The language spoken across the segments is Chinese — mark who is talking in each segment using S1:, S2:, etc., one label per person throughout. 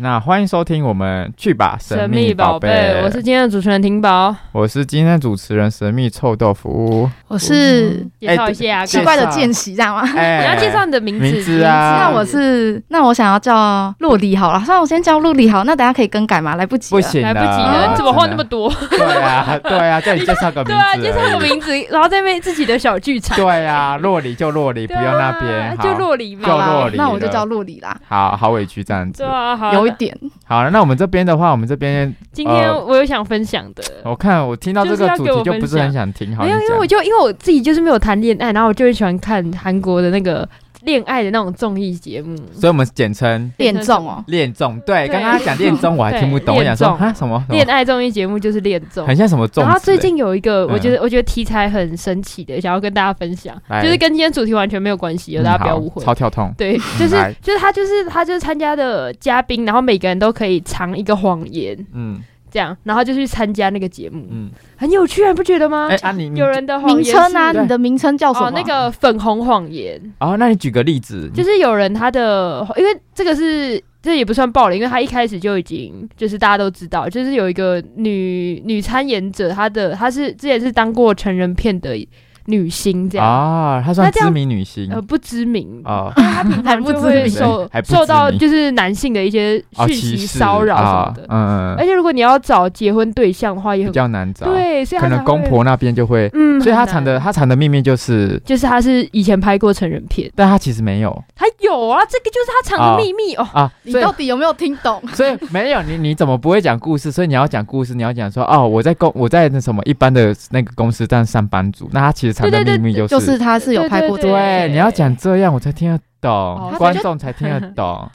S1: 那欢迎收听我们去吧
S2: 神
S1: 秘
S2: 秘宝
S1: 贝，
S2: 我是今天的主持人婷宝，
S1: 我是今天的主持人神秘臭豆 腐。
S2: 我是嗯介绍一
S1: 哎对
S2: 下，对
S3: 奇怪的见习，这样吗？
S1: 哎
S2: 你要介绍你的名字，
S1: 名字啊
S3: 那我是，那我想要叫洛丽好了。虽然我先叫洛丽好，那等下可以更改吗？来不及
S1: 不
S3: 了。
S1: 行
S2: 来不及
S1: 了，
S2: 了，你怎么话那么
S1: 多？
S2: 多？
S1: 对啊，对 啊，叫你介绍个名
S2: 对
S1: 字哎
S2: 啊，
S1: 而已，
S2: 介绍个名字，然后再面自己的小剧场，
S1: 对啊，洛里就洛里，不
S2: 对
S1: 要
S2: 啊
S1: 那边，
S2: 就
S1: 好
S2: 洛里
S1: 就
S2: 嘛，
S3: 好啦
S1: 洛丽
S3: 那我就
S1: 了
S3: 叫洛丽啦，
S1: 好好委屈这样子
S2: 对。啊，好啊
S3: 有一点。
S1: 好了，那我们这边的话，我们这边
S2: 今天
S1: 哦
S2: 我有想分享的。
S1: 我看我听到这
S2: 就是
S1: 个
S2: 要
S1: 主
S2: 给
S1: 题
S2: 我
S1: 就
S2: 分
S1: 不是很
S2: 享
S1: 想听，好，
S2: 没有，
S1: 你
S2: 因
S1: 讲
S2: 为我就因为我自己就是没有谈恋爱，然后我就很喜欢看韩国的那个恋爱的那种综艺节目，
S1: 所以我们简称
S3: 恋综哦，
S1: 恋综。对，
S2: 对
S1: 刚刚讲恋综我还听不懂，我
S2: 对
S1: 想说
S2: 恋综
S1: 啊什么什
S2: 恋
S1: 么，
S2: 爱综艺节目就是恋综，
S1: 很像什么综。
S2: 然后最近有一个，我觉
S1: 嗯
S2: 得、我觉得题材很神奇的，想要跟大家分享，
S1: 来
S2: 就是跟今天主题完全没有关系，
S1: 哎嗯
S2: 哦，大家不要
S1: 好
S2: 误会。
S1: 超跳痛。
S2: 对，就是
S1: 来
S2: 就是他就是他就是参加的嘉宾，然后每个人都可以藏一个谎言，
S1: 嗯
S2: 这样，然后就去参加那个节目，
S1: 嗯，
S2: 很有趣啊，你不觉得吗？
S1: 哎啊你你
S2: 有人的谎
S3: 名
S2: 言
S3: 称啊，
S2: 哦是
S3: 你的名称叫什么？
S2: 哦，那个粉红谎言，
S1: 哦，那你举个例子，
S2: 就是有人他的，因为这个是。这也不算暴雷，因为他一开始就已经就是大家都知道，就是有一个女女参演者，她的她是之前是当过成人片的女星这样，
S1: 啊，她算
S2: 那这
S1: 知
S2: 样
S1: 名女星
S2: 呃不知名，
S1: 哦
S2: 她平
S3: 还
S2: 常
S3: 不
S2: 就
S3: 知
S2: 会
S3: 名
S2: 受
S1: 还不知名
S2: 受到就是男性的一些
S1: 哦，
S2: 讯
S1: 歧
S2: 息
S1: 视
S2: 骚扰什
S1: 啊
S2: 么的，
S1: 嗯，
S2: 而且如果你要找结婚对象的话，也
S1: 比
S2: 很
S1: 较难找，，
S2: 对，所以
S1: 可
S2: 她才
S1: 能公
S2: 会
S1: 婆那边就会，
S2: 嗯，
S1: 所以她
S2: 很难
S1: 产的她产的秘密就是，
S2: 就是她是以前拍过成人片，
S1: 但她其实没有
S2: 她有啊，这个就是她藏的秘密哦。
S1: 啊，
S3: 你
S1: 所以
S3: 到底有没有听懂？
S1: 所以没有你，你怎么不会讲故事？所以你要讲故事，你要讲说哦，我在公我在那什么一般的那个公司当上班族，那他其实藏的
S2: 对对
S1: 秘
S2: 对
S1: 密就是
S3: 就是他是有拍过这
S2: 对哦
S3: 个，
S1: 对，你要讲这样我才听得懂，
S3: 他
S1: 观
S3: 就
S1: 众才听 得懂。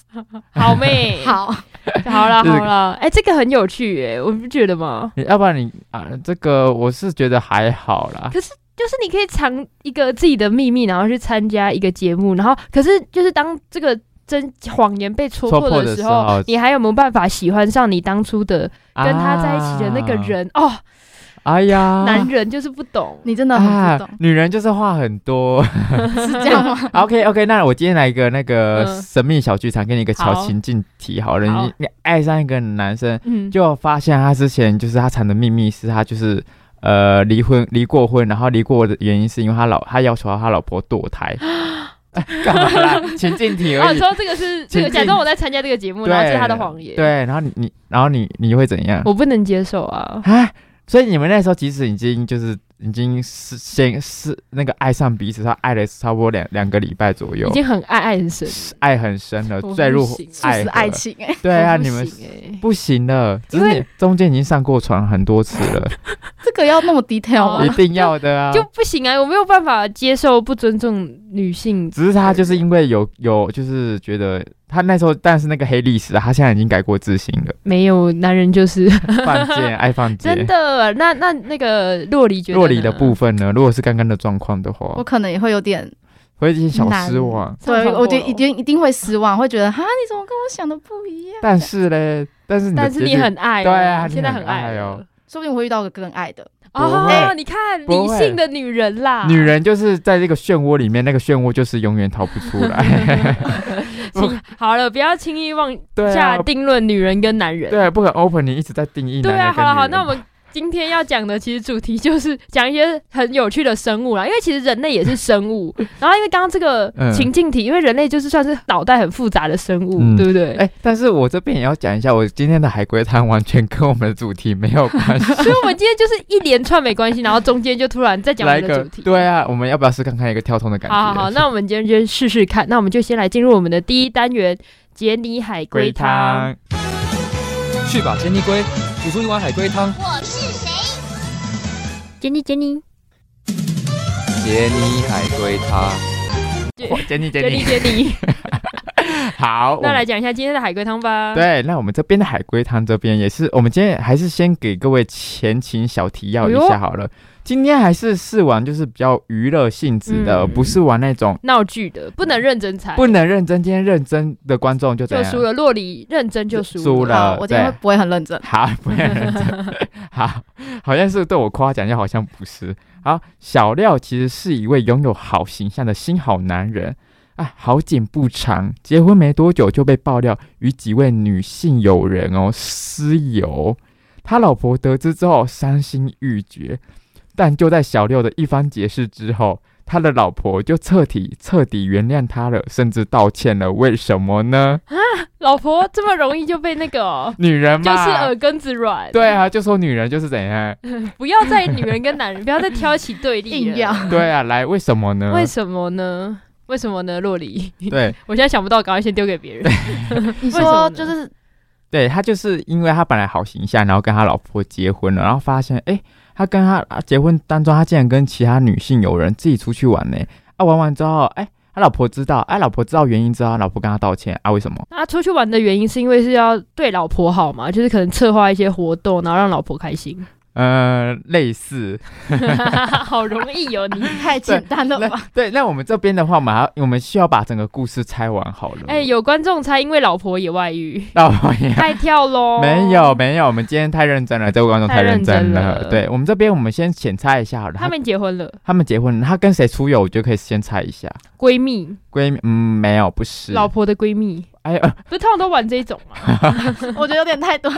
S2: 好妹，
S3: 好，
S2: 好啦，
S1: 就是
S2: 好啦，哎，这个很有趣哎，我不觉得吗？
S1: 你要不然你啊，这个我是觉得还好啦。
S2: 就是你可以藏一个自己的秘密，然后去参加一个节目，然后可是就是当这个真谎言被戳
S1: 戳
S2: 破
S1: 破
S2: 的
S1: 的时
S2: 时
S1: 候
S2: 候，你还有没有办法喜欢上你当初的
S1: 啊
S2: 跟他在一起的那个人？哦，
S1: 啊，哎呀，
S2: 男人就是不懂，
S3: 你真的很
S1: 啊
S3: 不懂，，
S1: 女人就是话很多。啊
S3: 是这 样吗？
S1: OK OK，那我今天来一个那个
S2: 嗯
S1: 神秘小剧场，给你一个小
S2: 好
S1: 情境题好了。
S2: 好
S1: 你你爱上一个男生，
S2: 嗯，
S1: 就发现他之前就是他藏的秘密是他就是呃离婚离过婚，然后离过的原因是因为他老他要求他老婆堕 胎，干嘛啦？情境题
S2: 哦，
S1: 而
S2: 你
S1: 已。
S2: 说这个是这
S1: 情
S2: 个，
S1: 境
S2: 假装我在参加这个节目，
S1: 对
S2: 然后是他的谎言，，
S1: 对，然后你你然后你你会怎样
S2: 我不能接受 啊。
S1: 啊？所以你们那时候其实已经就是已经是先是那个爱上彼此，他爱了差不多两两个礼拜左右
S2: 已，经很爱爱很深，
S1: 爱很深了，
S2: 我不
S1: 坠入
S2: 行
S3: 就
S1: 爱
S3: 是
S1: 河
S3: 爱情哎，
S1: 对啊，
S2: 我 不
S1: 你们
S2: 行欸
S1: 不行了，只
S2: 因
S1: 是
S2: 为
S1: 你中间已经上过床很多次 了，
S3: 这个要那么 detail
S1: 一
S3: 吗？
S1: 定要的啊。
S2: 就不行啊，我没有办法接受不尊重女性。
S1: 只是他就是因为有有就是觉得他那时候，但是那个黑历史啊，他现在已经改过自新 了，
S2: 没有男 人就是
S1: 犯贱爱犯
S2: 真
S1: 贱。
S2: 的。那那那个洛里觉得呢
S1: 若里的部分呢？如果是刚刚的状况的话
S3: 我，可能也会有点，
S1: 会有点小
S3: 难
S1: 失望。
S2: 上
S3: 对
S2: 床
S3: 我觉得
S2: 过
S3: 一定一定会失望，会觉得哈，你怎么跟我想的不一样？
S1: 但是嘞，但是你的
S2: 但是
S1: 结
S2: 你
S1: 局
S2: 很爱哦，
S1: 对啊
S2: 你现在
S1: 你很
S2: 爱
S1: 爱哦
S2: 了。
S3: 说不定我会遇到个更爱的。
S1: 不会
S2: 哦，你看
S1: 不
S2: 理
S1: 会
S2: 性的女人啦，
S1: 女人就是在这个漩涡里面，那个漩涡就是永远逃不出 来。
S2: 请好了，不要轻易妄
S1: 对啊
S2: 下，定论女人跟男人。
S1: 对，啊不可 open，你一直在定义男
S2: 对啊，
S1: 人
S2: 好
S1: 跟
S2: 了
S1: 女
S2: 好，
S1: 人
S2: 那我们今天要讲的其实主题就是讲一些很有趣的生物啦，因为其实人类也是 生物。然后因为刚刚这个
S1: 嗯
S2: 情境题，因为人类就是算是脑袋很复杂的生物，
S1: 嗯
S2: 对 不对？
S1: 哎、但是我这边也要讲一下，我今天的海龟汤完全跟我们的主题没 有关系。
S2: 所以我们今天就是一连串没关系，然后中间就突然再讲我
S1: 来一
S2: 们的
S1: 个
S2: 主题。，
S1: 对啊，我们要不要试看看一个跳通的感觉？
S2: 好好好，那我们今天就试试看。那我们就先来进入我们的第一单元——杰尼海龟汤。。
S4: 去吧，杰尼龟，煮出一碗海龟汤。
S2: 杰尼杰尼
S4: 杰尼海龟 汤，
S1: 杰尼杰
S2: 杰尼
S1: 尼，
S2: 杰 尼，
S1: 好，
S2: 那
S1: 我
S2: 来
S1: 们
S2: 讲一下今天的海龟汤吧。，
S1: 对，那我们这边的海龟汤这边也是，我们今天还是先给各位前情小提要一
S2: 哎
S1: 下
S2: 呦
S1: 好了。今天还是试玩，就是比较娱乐性质的，
S2: 嗯哎
S1: 不是玩那种
S2: 闹剧的不能认真猜，
S1: 不能认真。今天认真的观众就怎
S2: 就
S1: 样
S2: 输了。洛里认真就输
S1: 啊输了
S3: 好，我今天
S1: 对
S3: 会不会很认 真？
S1: 好，不要认 真。好，好像是对我夸奖，又好像不是。好，小廖其实是一位拥有好形象的新好男人，哎，好景不长，结婚没多久就被爆料与几位女性友人哦私游。他老婆得知之后伤心欲绝，但就在小六的一番解释之后，他的老婆就彻底彻底原谅他了，甚至道歉了。为什么呢？
S2: 老婆这么容易就被那 个哦、
S1: 女人
S2: 就是
S1: 嘛，
S2: 耳根子软。
S1: 对啊，就说女人就是怎样，
S2: 不要再女人跟男人，不要再挑起对立
S3: 硬
S2: 了。
S3: 要。
S1: 对啊，来，为什么呢？
S2: 为什么呢？为什么呢？洛里，
S1: 对，
S2: 我现在想不到，赶快先丢给别人。
S3: 你
S2: 为什么
S3: 说
S2: 呢
S3: 就是
S1: 对他就是因为他本来好形象，然后跟他老婆结婚了，然后发现哎，诶他跟他啊结婚当中，他竟然跟其他女性友人自己出去玩呢。啊，玩完之后，哎，他老婆知道，哎，老婆知道原因之后，他老婆跟他道歉啊，为什么？
S2: 那他出去玩的原因是因为是要对老婆好嘛，就是可能策划一些活动，然后让老婆 开心。
S1: 呃，类似
S2: 好容易哦，
S1: 嗯
S2: 你
S3: 太简单了吧？
S1: 对。那我们这边的话，我们还要我们需要把整个故事拆完好了。
S2: 哎、有观众猜因为老婆也 外遇，
S1: 老婆也
S2: 太跳喽。
S1: 没有，没有，我们今天太认真了，这位观众
S2: 太
S1: 太认
S2: 认
S1: 真
S2: 真了
S1: 对我们这边，我们先浅猜一下好了。
S2: 他
S1: 他
S2: 们结婚了，
S1: 他们结婚了，他跟谁出游，我就可以先猜一下。
S2: 闺蜜，
S1: 闺蜜，嗯，没有，不是。
S2: 老婆的闺蜜，
S1: 哎呀，
S2: 不是通常都玩这种嘛？
S3: 我觉得有点太多，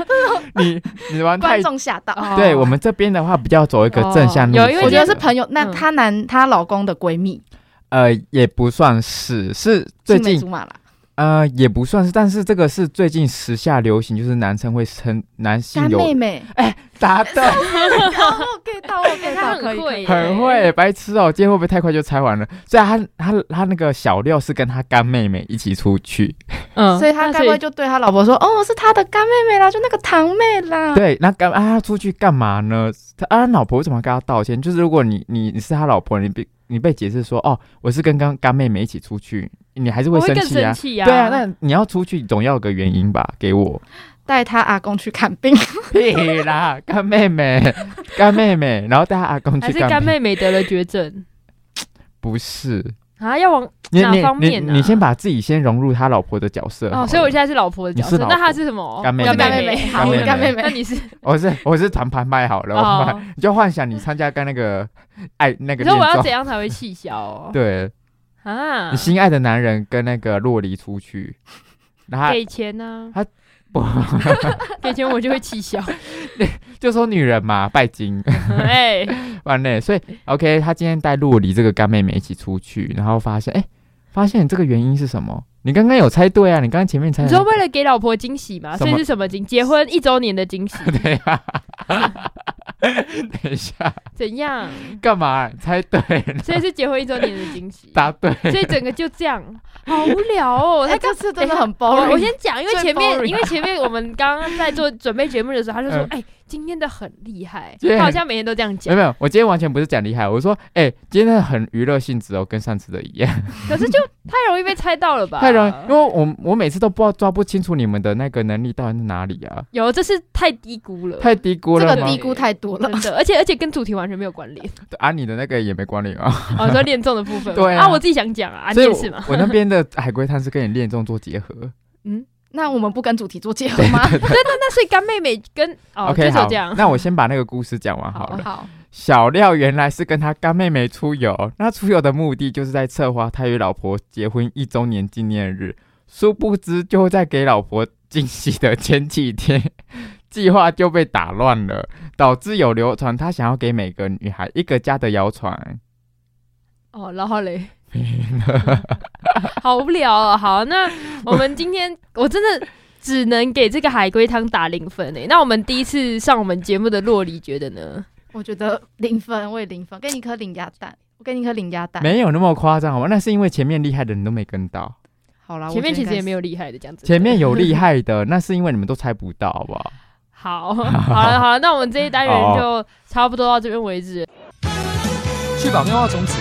S1: 你你玩太
S3: 观众吓到。
S2: 哦
S1: 对我们这边的话，比较走一个正向路
S2: 哦
S1: 线。
S2: 有因为
S3: 我觉
S2: 今
S3: 得
S2: 天
S3: 是朋友，那
S2: 嗯
S3: 她男她老公的闺蜜，
S1: 呃，也不算是，是最
S3: 青梅
S1: 近
S3: 竹马啦。
S1: 呃，也不算是，但是这个是最近时下流行，就是男生会称男性
S3: 干
S1: 有
S3: 妹妹， 哎
S1: 答对，
S3: 哦我 get 到， 我 get
S2: 她很
S3: 到，可以可以
S2: 会。欸
S1: 很会，白痴哦、今天会不会太快就猜完了？所以他他他那个小六是跟他干妹妹一起出去，
S2: 嗯
S3: 所以他该不会就对他老婆说：“哦，我是他的干妹妹啦，就那个堂妹啦。”，
S1: 对，那干啊他出去干嘛呢？他啊，他老婆为什么要跟他道歉？就是如果你你你是他老婆，你被你被解释说哦，我是跟干干妹妹一起出去，你还是
S2: 我
S1: 会
S2: 会
S1: 生
S2: 更
S1: 气啊
S2: 生。气呀、
S1: 对啊，那你要出去总要有个原因吧？给我
S3: 带他阿公去看病，
S1: 屁啦，干妹妹，干妹妹，然后带她阿公
S2: 还
S1: 去
S2: 是
S1: 干
S2: 干妹妹得了绝症
S1: 不是
S2: 啊？要往
S1: 你
S2: 哪
S1: 你
S2: 方
S1: 你
S2: 面啊
S1: 你先把自己先融入他老婆的角色好
S2: 哦，
S1: 了。
S2: 所以我现在是老婆的角
S1: 你是
S2: 色，
S1: 老
S2: 那
S1: 婆
S2: 她是什么？
S1: 干妹妹
S2: 干
S3: 干
S2: 妹
S3: 妹
S2: 妹，
S3: 妹，
S1: 好
S3: 好，
S1: 我
S3: 我
S1: 是
S3: 是
S1: 干
S3: 干
S1: 妹
S3: 妹
S2: 那
S3: 妹。
S2: 你是
S1: 我是我是谈拍卖好了，我
S2: 哦
S1: 们，你就幻想你参加跟那个爱那个
S2: 你
S1: 恋
S2: 说我要
S1: 综
S2: 怎，样才会气消哦？
S1: 对
S2: 啊
S1: 你，心爱的男人跟那个洛璃出 去，然后
S2: 给钱呢？
S1: 不
S2: 给钱我就会气消。
S1: 就说女人嘛，拜金。
S2: 哎，
S1: 完嘞，所以
S2: 嗯
S1: OK，他今天带洛璃这个干妹妹一起出去，然后发现，哎、发现这个原因是什么？你刚刚有猜对啊，你刚刚前面猜
S2: 你
S1: 的
S2: 说为了给老婆惊喜嘛？
S1: 什
S2: 所
S1: 么
S2: 以是什么惊？结婚一周年的惊喜？
S1: 对啊。等一下，
S2: 怎样？
S1: 干嘛？猜对了，
S2: 所以是结婚一周年的惊喜。
S1: 答对。
S2: 所以整个就这样，好无 聊哦。他
S3: 哎，
S2: 刚
S3: 这次
S2: 等一
S3: 真的
S2: 下
S3: 很
S2: 我我
S3: boring。
S2: 先讲，因为
S3: 最
S2: 前
S3: boring
S2: 面因为前面我们刚刚在做准备节目的时候，他就说
S1: 嗯：“哎
S2: 哎，今天的很厉害。”
S1: 今天
S2: 他好
S1: 很
S2: 像每天都这样
S1: 没
S2: 讲
S1: 有，没有，我今天完全不是讲厉害，我说，哎、今天很娱乐性质哦，跟上次的一 样，
S2: 可是就太容易被猜到了吧？
S1: 太容易，因为我我每次都不知道抓不清楚你们的那个能力到底在哪里啊，
S2: 有，这是太低估了，
S1: 太低估
S3: 这
S1: 了
S3: 个
S1: 吗
S3: 低？估太多了，
S2: 真的，而且而且跟主题完全没有关联。
S1: 啊，你的那个也没关联啊。
S2: 哦，说恋综的部分，
S1: 对啊
S2: 啊，我自己想讲啊，你
S1: 所以
S2: 也
S1: 我
S2: 是嘛？
S1: 我那边的海龟汤是跟你恋综做结合。
S3: 那我们不跟主题做结合吗？
S2: 那所以干妹妹跟 哦，就
S1: OK，
S2: 是
S1: 好
S2: 这样，，
S1: 那我先把那个故事讲完好了。
S3: 好，
S1: 小廖原来是跟他干妹妹出游，那出游的目的就是在策划他与老婆结婚一周年纪念日，殊不知就在给老婆惊喜的前几天，计划就被打乱了，导致有流传他想要给每个女孩一个家的谣传。
S2: 哦，然后嘞，好无聊哦。好，那我们今天我真的只能给这个海龟汤打零分诶。那我们第一次上我们节目的洛璃觉得呢？
S3: 我觉得零分，我也零分，给你一颗零鸭蛋，我给你一颗零鸭蛋。
S1: 没有那么夸张好吗？那是因为前面厉害的人都没跟到，
S3: 好啦，
S2: 前面其实也没
S3: 有。
S2: 有厉害的，这样子。
S1: 前面有厉害的，那是因为你们都猜不到，好不好？
S2: 好， 好了好了，那我们这一单元就差不多到这边为止。
S4: 去把妙蛙种子，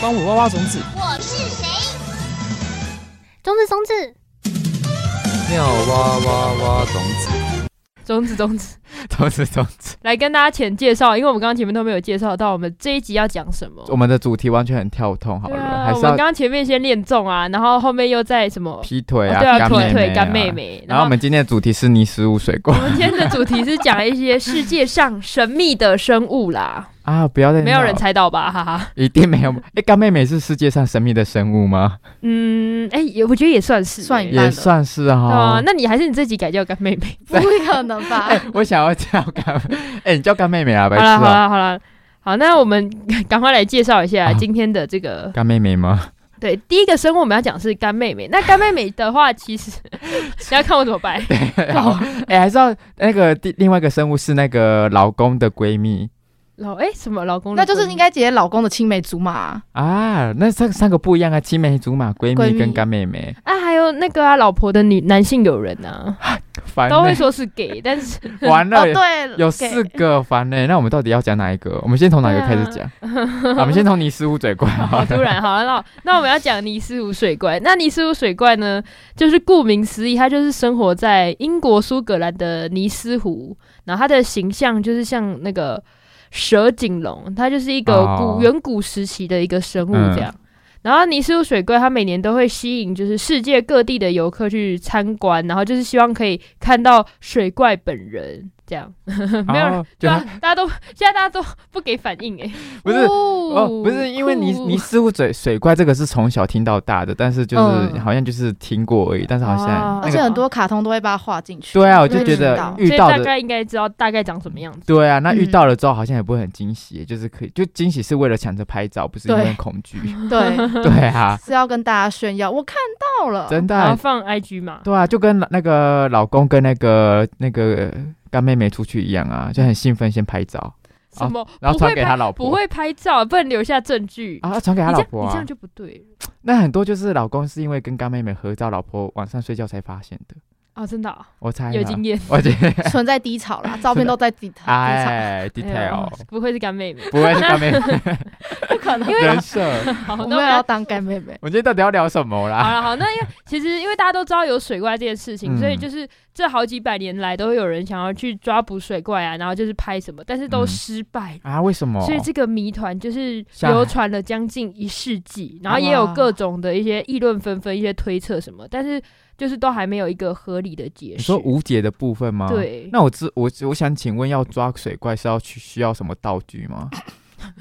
S4: 帮我挖挖种子，
S5: 我是谁？种子，种子，
S4: 妙蛙挖挖种子。
S2: 终止终止，
S1: 都是都是，
S2: 来跟大家浅介绍，因为我们刚刚前面都没有介绍到我们这一集要讲什么。
S1: 我们的主题完全很跳痛，好
S2: 对
S1: 了，
S2: 啊，
S1: 还
S2: 我
S1: 是
S2: 们
S1: 要
S2: 刚刚前面先练重啊，然后后面又在什么？
S1: 劈腿啊，
S2: 哦对啊，
S1: 干妹
S2: 腿
S1: 妹
S2: 腿
S1: 啊
S2: 干妹。嗯妹。
S1: 然后我们今天的主题是泥食物水果
S2: 我们今天的主题是讲一些世界上神秘的生物啦。
S1: 啊！不要再
S2: 没有人
S1: 闹，
S2: 猜到吧？哈哈。
S1: 一定没有。哎、干妹妹是世界上神秘的生物吗？
S2: 嗯，哎、也我觉得也算是
S3: 算
S2: 欸
S3: 一
S1: 也
S3: 半了
S1: 算是哦
S2: 对
S1: 哈、
S2: 啊。那你还是你自己改叫干妹妹。
S3: 不可能 吧？
S1: 我想要叫干， 哎、你叫干妹妹啊，白
S2: 好
S1: 痴
S2: 了好
S1: 啊、
S2: 了好了，好，那我们 赶快来介绍一下
S1: 好
S2: 今天的这个。
S1: 干妹妹吗？
S2: 对，第一个生物我们要讲是干妹妹。那干妹妹的话，其实 你要看我怎么 掰。
S3: 哦
S1: 好，哎、还是要那个第另外一个生物是那个老公的闺蜜
S2: 老哎、什么老公的闺
S3: 那
S2: 蜜？
S3: 就是应该姐姐老公的青梅竹马啊、
S1: 啊，那三三个不一样啊，青梅竹马、闺
S3: 闺
S1: 蜜
S3: 蜜
S1: 跟干妹妹，
S2: 啊，还有那个啊，老婆的女男性友人啊，
S1: 烦、
S2: 都会
S1: 欸，
S2: 说是 gay，但是
S1: 完了。
S3: 哦，对，
S1: 有
S3: 给啊
S1: 四个烦呢、那我们到底要讲哪一个？我们先从哪个开始讲？好我们先从你十五嘴怪啊好
S2: 好
S1: 了。
S2: 突然，好了，那那我们要讲尼斯湖水怪。那尼斯湖水怪呢，就是顾名思义，它就是生活在英国苏格兰的尼斯湖，然后它的形象就是像那个蛇颈龙，它就是一个古、
S1: 哦
S2: 远古时期的一个生物
S1: 嗯
S2: 这样。然后尼斯湖水怪，它每年都会吸引就是世界各地的游客去参观，然后就是希望可以看到水怪本人这样。没有人
S1: 哦就
S2: 对啊，大家都现在大家都不给反应哎、
S1: 不是
S2: 哦
S1: 哦，不是因为 你
S2: 酷
S1: 你似乎嘴水怪这个是从小听到大的，但是就是
S3: 嗯
S1: 好像就是听过而已，但是好
S2: 哦
S1: 像
S3: 而
S1: 那
S3: 且
S1: 个
S3: 很多卡通都会把它画进去。
S1: 对啊，我就
S3: 嗯
S1: 觉
S3: 知
S1: 得
S3: 道
S1: 遇
S2: 所以
S1: 到
S2: 大
S1: 的
S2: 概应该知道大概长什么样子。
S1: 对啊，那遇
S3: 嗯
S1: 到了之后好像也不会很惊喜，就是可以就惊喜是为了抢着拍照，不是因为
S3: 对
S1: 恐惧。
S3: 对，
S1: 对啊，
S3: 是要跟大家炫耀，我看到了。
S1: 真
S2: 然后
S1: 的
S2: 放 IG 嘛，
S1: 对啊，就跟那个老公跟那个那个干妹妹出去一样啊，就很兴奋先拍照，
S2: 什么
S1: 哦然后
S2: 不会
S1: 传给
S2: 拍
S1: 他老婆，
S2: 不会拍照，不能留下证据。
S1: 啊，传给他
S2: 你
S1: 老
S2: 这样
S1: 婆
S2: 你这
S1: 啊
S2: 样。就不对
S1: 那很多就是老公是因为跟干妹妹合照，老婆晚上睡觉才发现的，
S2: 啊！真的啊
S1: 我猜
S2: 有
S1: 啦
S2: 经验，
S1: 我觉 得
S3: 存在低潮 啦，照片都在低低潮，
S1: 哎
S2: 哎呦
S1: ，detail
S2: 不愧是干妹妹。
S1: 不会是干妹妹
S3: 不可能。
S1: 人设。
S2: 好，那
S3: 我们
S2: 我们
S3: 要
S2: 要
S3: 当干妹妹，
S1: 我今天到底要聊什么
S2: 好
S1: 啦？
S2: 了好，那因为其实因为大家都知道有水怪这件事情，
S1: 嗯
S2: 所以就是这好几百年来都有人想要去抓捕水怪啊，然后就是拍什么，但是都
S1: 嗯
S2: 失败了。
S1: 啊，为什么？
S2: 所以这个谜团就是
S1: 像
S2: 流传了将近一世纪，然后也有各种的一些议论纷纷、一些推测什么，但是就是都还没有一个合理的解
S1: 你
S2: 释
S1: 说。无解的部分吗？。
S2: 对，
S1: 那我知我我想请问，要抓水怪是要去需要什么道具吗？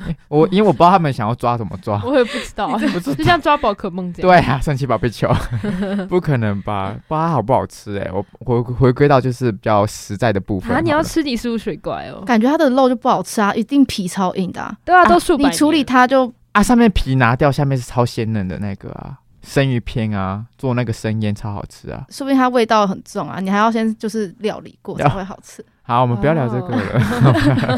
S1: 诶我因为我不知道他们想要抓怎么抓，
S2: 我也不知道，
S1: 不是
S2: 就像抓宝可梦这样。
S1: 对啊，神奇宝贝球， 不可能吧？不知道它好不好吃哎、我我回回归到就是比较实在的部分好
S2: 啊，
S1: 了。
S2: 你要吃你是不是水怪 哦？
S3: 感觉它的肉就不好吃啊，一定皮超硬的啊。
S2: 对啊，都数百
S3: 你
S2: 年
S3: 处理它就
S1: 啊，上面皮拿掉，下面是超鲜嫩的那个啊，生鱼片啊，做那个生腌超好吃啊。
S3: 说不定它味道很重啊，你还要先就是料理
S1: 哦
S3: 过才会好吃。
S1: 好，我们不要聊这个
S2: 哦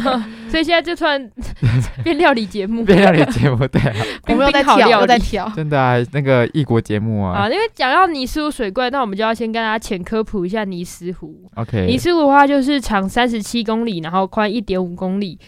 S1: 了，
S2: 所以现在就突然 变料理节 目，
S1: 变料 理节目对啊、
S3: 我
S2: 冰
S3: 们又在
S2: 冰好
S3: 挑，
S2: 料
S3: 又在
S2: 理。
S3: 挑。
S1: 真的啊，那个异国节目啊
S2: 啊，因为讲到尼斯湖水怪，那我们就要先跟大家浅科普一下尼斯湖。尼
S1: OK，
S2: 斯湖的话，就是长三十七公里，然后宽一点五公里。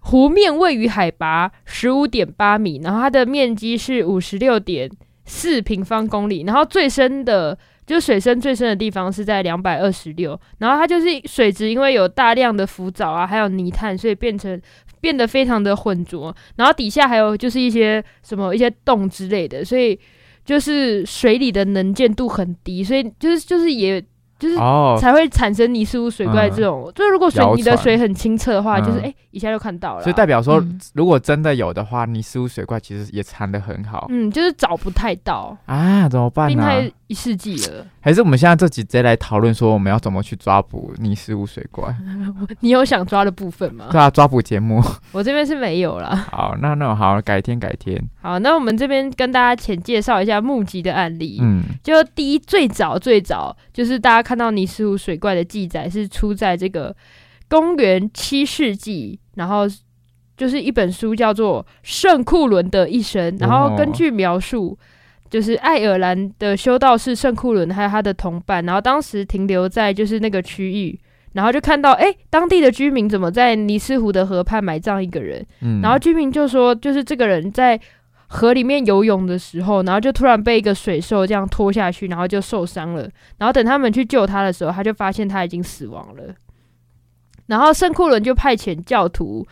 S2: 湖面位于海拔十五点八米，然后它的面积是五十六点四平方公里，然后最深的就水深最深的地方是在两百二十六，然后它就是水质因为有大量的浮藻啊，还有泥炭，所以变成变得非常的浑浊，然后底下还有就是一些什么一些洞之类的，所以就是水里的能见度很低，所以就是就是也就是
S1: 哦，嗯
S2: 才会产生泥石湖水怪这种。就是如果水
S1: 谣
S2: 你的
S1: 传
S2: 水很清澈的话，
S1: 嗯
S2: 就是哎、一下就看到了啊。
S1: 所以代表说，
S3: 嗯
S1: 如果真的有的话，尼斯湖水怪其实也藏得很好、
S2: 嗯，就是找不太到，
S1: 哦啊，怎么办
S2: 冰
S1: 呢、
S2: 太一世纪了。
S1: 还是我们现在这集直接来讨论说，我们要怎么去抓捕尼斯湖水 怪？
S2: 你有想抓的部分吗？
S1: 对啊，抓捕节目。
S2: 我这边是没有啦。
S1: 好，那那好，改天改天。
S2: 好，那我们这边跟大家浅介绍一下目击的案例。
S1: 嗯，
S2: 就第一，最早最早就是大家看到尼斯湖水怪的记载是出在这个公元七世纪，然后就是一本书叫做《圣库伦的一生》，然后根据描述。就是爱尔兰的修道士圣库伦还有他的同伴，然后当时停留在就是那个区域，然后就看到哎、诶当地的居民怎么在尼斯湖的河畔埋葬一个人，
S1: 嗯
S2: 然后居民就说，就是这个人在河里面游泳的时候，然后就突然被一个水兽这样拖下去，然后就受伤了。然后等他们去救他的时候，他就发现他已经死亡了。然后圣库伦就派遣教徒，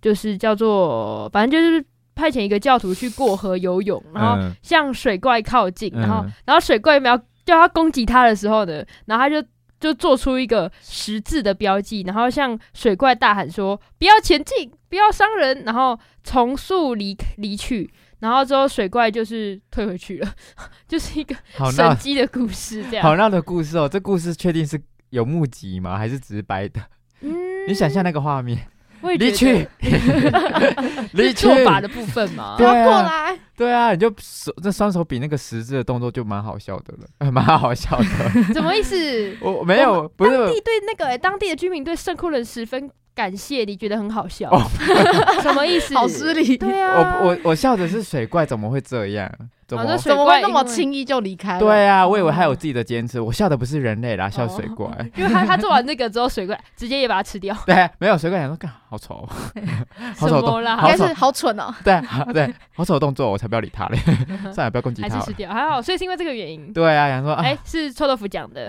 S2: 就是叫做，反正就是派遣一个教徒去过河游泳，然后
S1: 嗯
S2: 向水怪靠近，然后
S1: 嗯
S2: 然后水怪没有就要攻击他的时候呢，然后他就就做出一个十字的标记，然后向水怪大喊说：“不要前进，不要伤人。”然后从速离离去，然后之后水怪就是退回去了， 就是一个
S1: 好
S2: 神
S1: 闹
S2: 机的故事这
S1: 好
S2: 样。
S1: 闹的故事哦。这故事确定是有目击吗？还是只是白的？
S2: 嗯
S1: 你想象那个画 面，
S2: 我
S1: 离
S2: 也觉得
S1: 去，离
S2: 是
S1: 去，
S2: 做法的部分嘛
S3: 不。要
S1: 对啊
S3: 过来，
S1: 对啊，你就手这双手比那个十字的动作就蛮好笑的了， 呃蛮好笑 的。
S2: 怎么意思？
S1: 我我没有，不是
S2: 当地对那个、欸当地的居民对圣库伦十分感谢，你觉得很好笑？
S1: 哦
S2: 什么意思？
S3: 好 失礼，
S2: 对啊，
S1: 我我我笑的是水怪怎么会这样？怎
S2: 哦
S1: 么
S2: 那？
S3: 怎么会那么
S2: 水怪因为哦
S3: 轻易就离开了？
S1: 对啊，我以为还有自己的坚持，我笑的不是人类啦，笑水怪。
S2: 因为他他做完那个之后，水怪直接也把它吃掉，
S1: 对，啊没有水怪想说，干好丑， 好
S2: 什
S1: 丑动，
S2: 么啦？
S1: 好
S3: 应该
S1: 丑
S3: 是好蠢哦。
S1: 对啊对，好丑动作，我才不要理他 嘞，算了，不要攻击
S2: 还
S1: 他
S2: 是
S1: 好
S2: 吃
S1: 了。
S2: 掉，还好，所以是因为这个原 因。
S1: 对啊，想说啊哎
S2: 哎、，是臭豆腐讲的，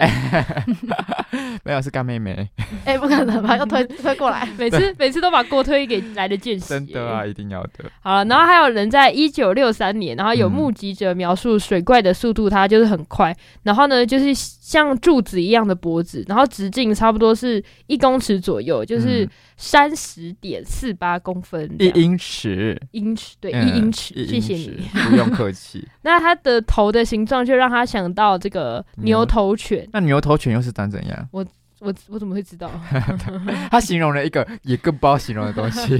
S1: 没有是干妹妹，
S3: 哎，不可能吧？要推推过来，
S2: 每次每次都把锅推给来的见习、
S1: 真的啊，。一定要的。
S2: 好了，然后还有人在一九六三年，然后
S1: 嗯
S2: 有目击者描述水怪的速度，它就是很快，然后呢就是像柱子一样的脖子，然后直径差不多是一公尺左右，就是
S1: 嗯
S2: 三十点四八公分这
S1: 一
S2: 样
S1: 英尺，
S2: 英尺，对，
S1: 嗯
S2: 一英尺，
S1: 一
S2: 谢
S1: 英
S2: 谢你
S1: 尺。不用客 气。
S2: 那它的头的形状就让他想到这个
S1: 嗯
S2: 牛头犬，
S1: 那牛头犬又是长怎样？
S2: 我我怎么会知 道？
S1: 他形容了一个也更不好形容的东 西。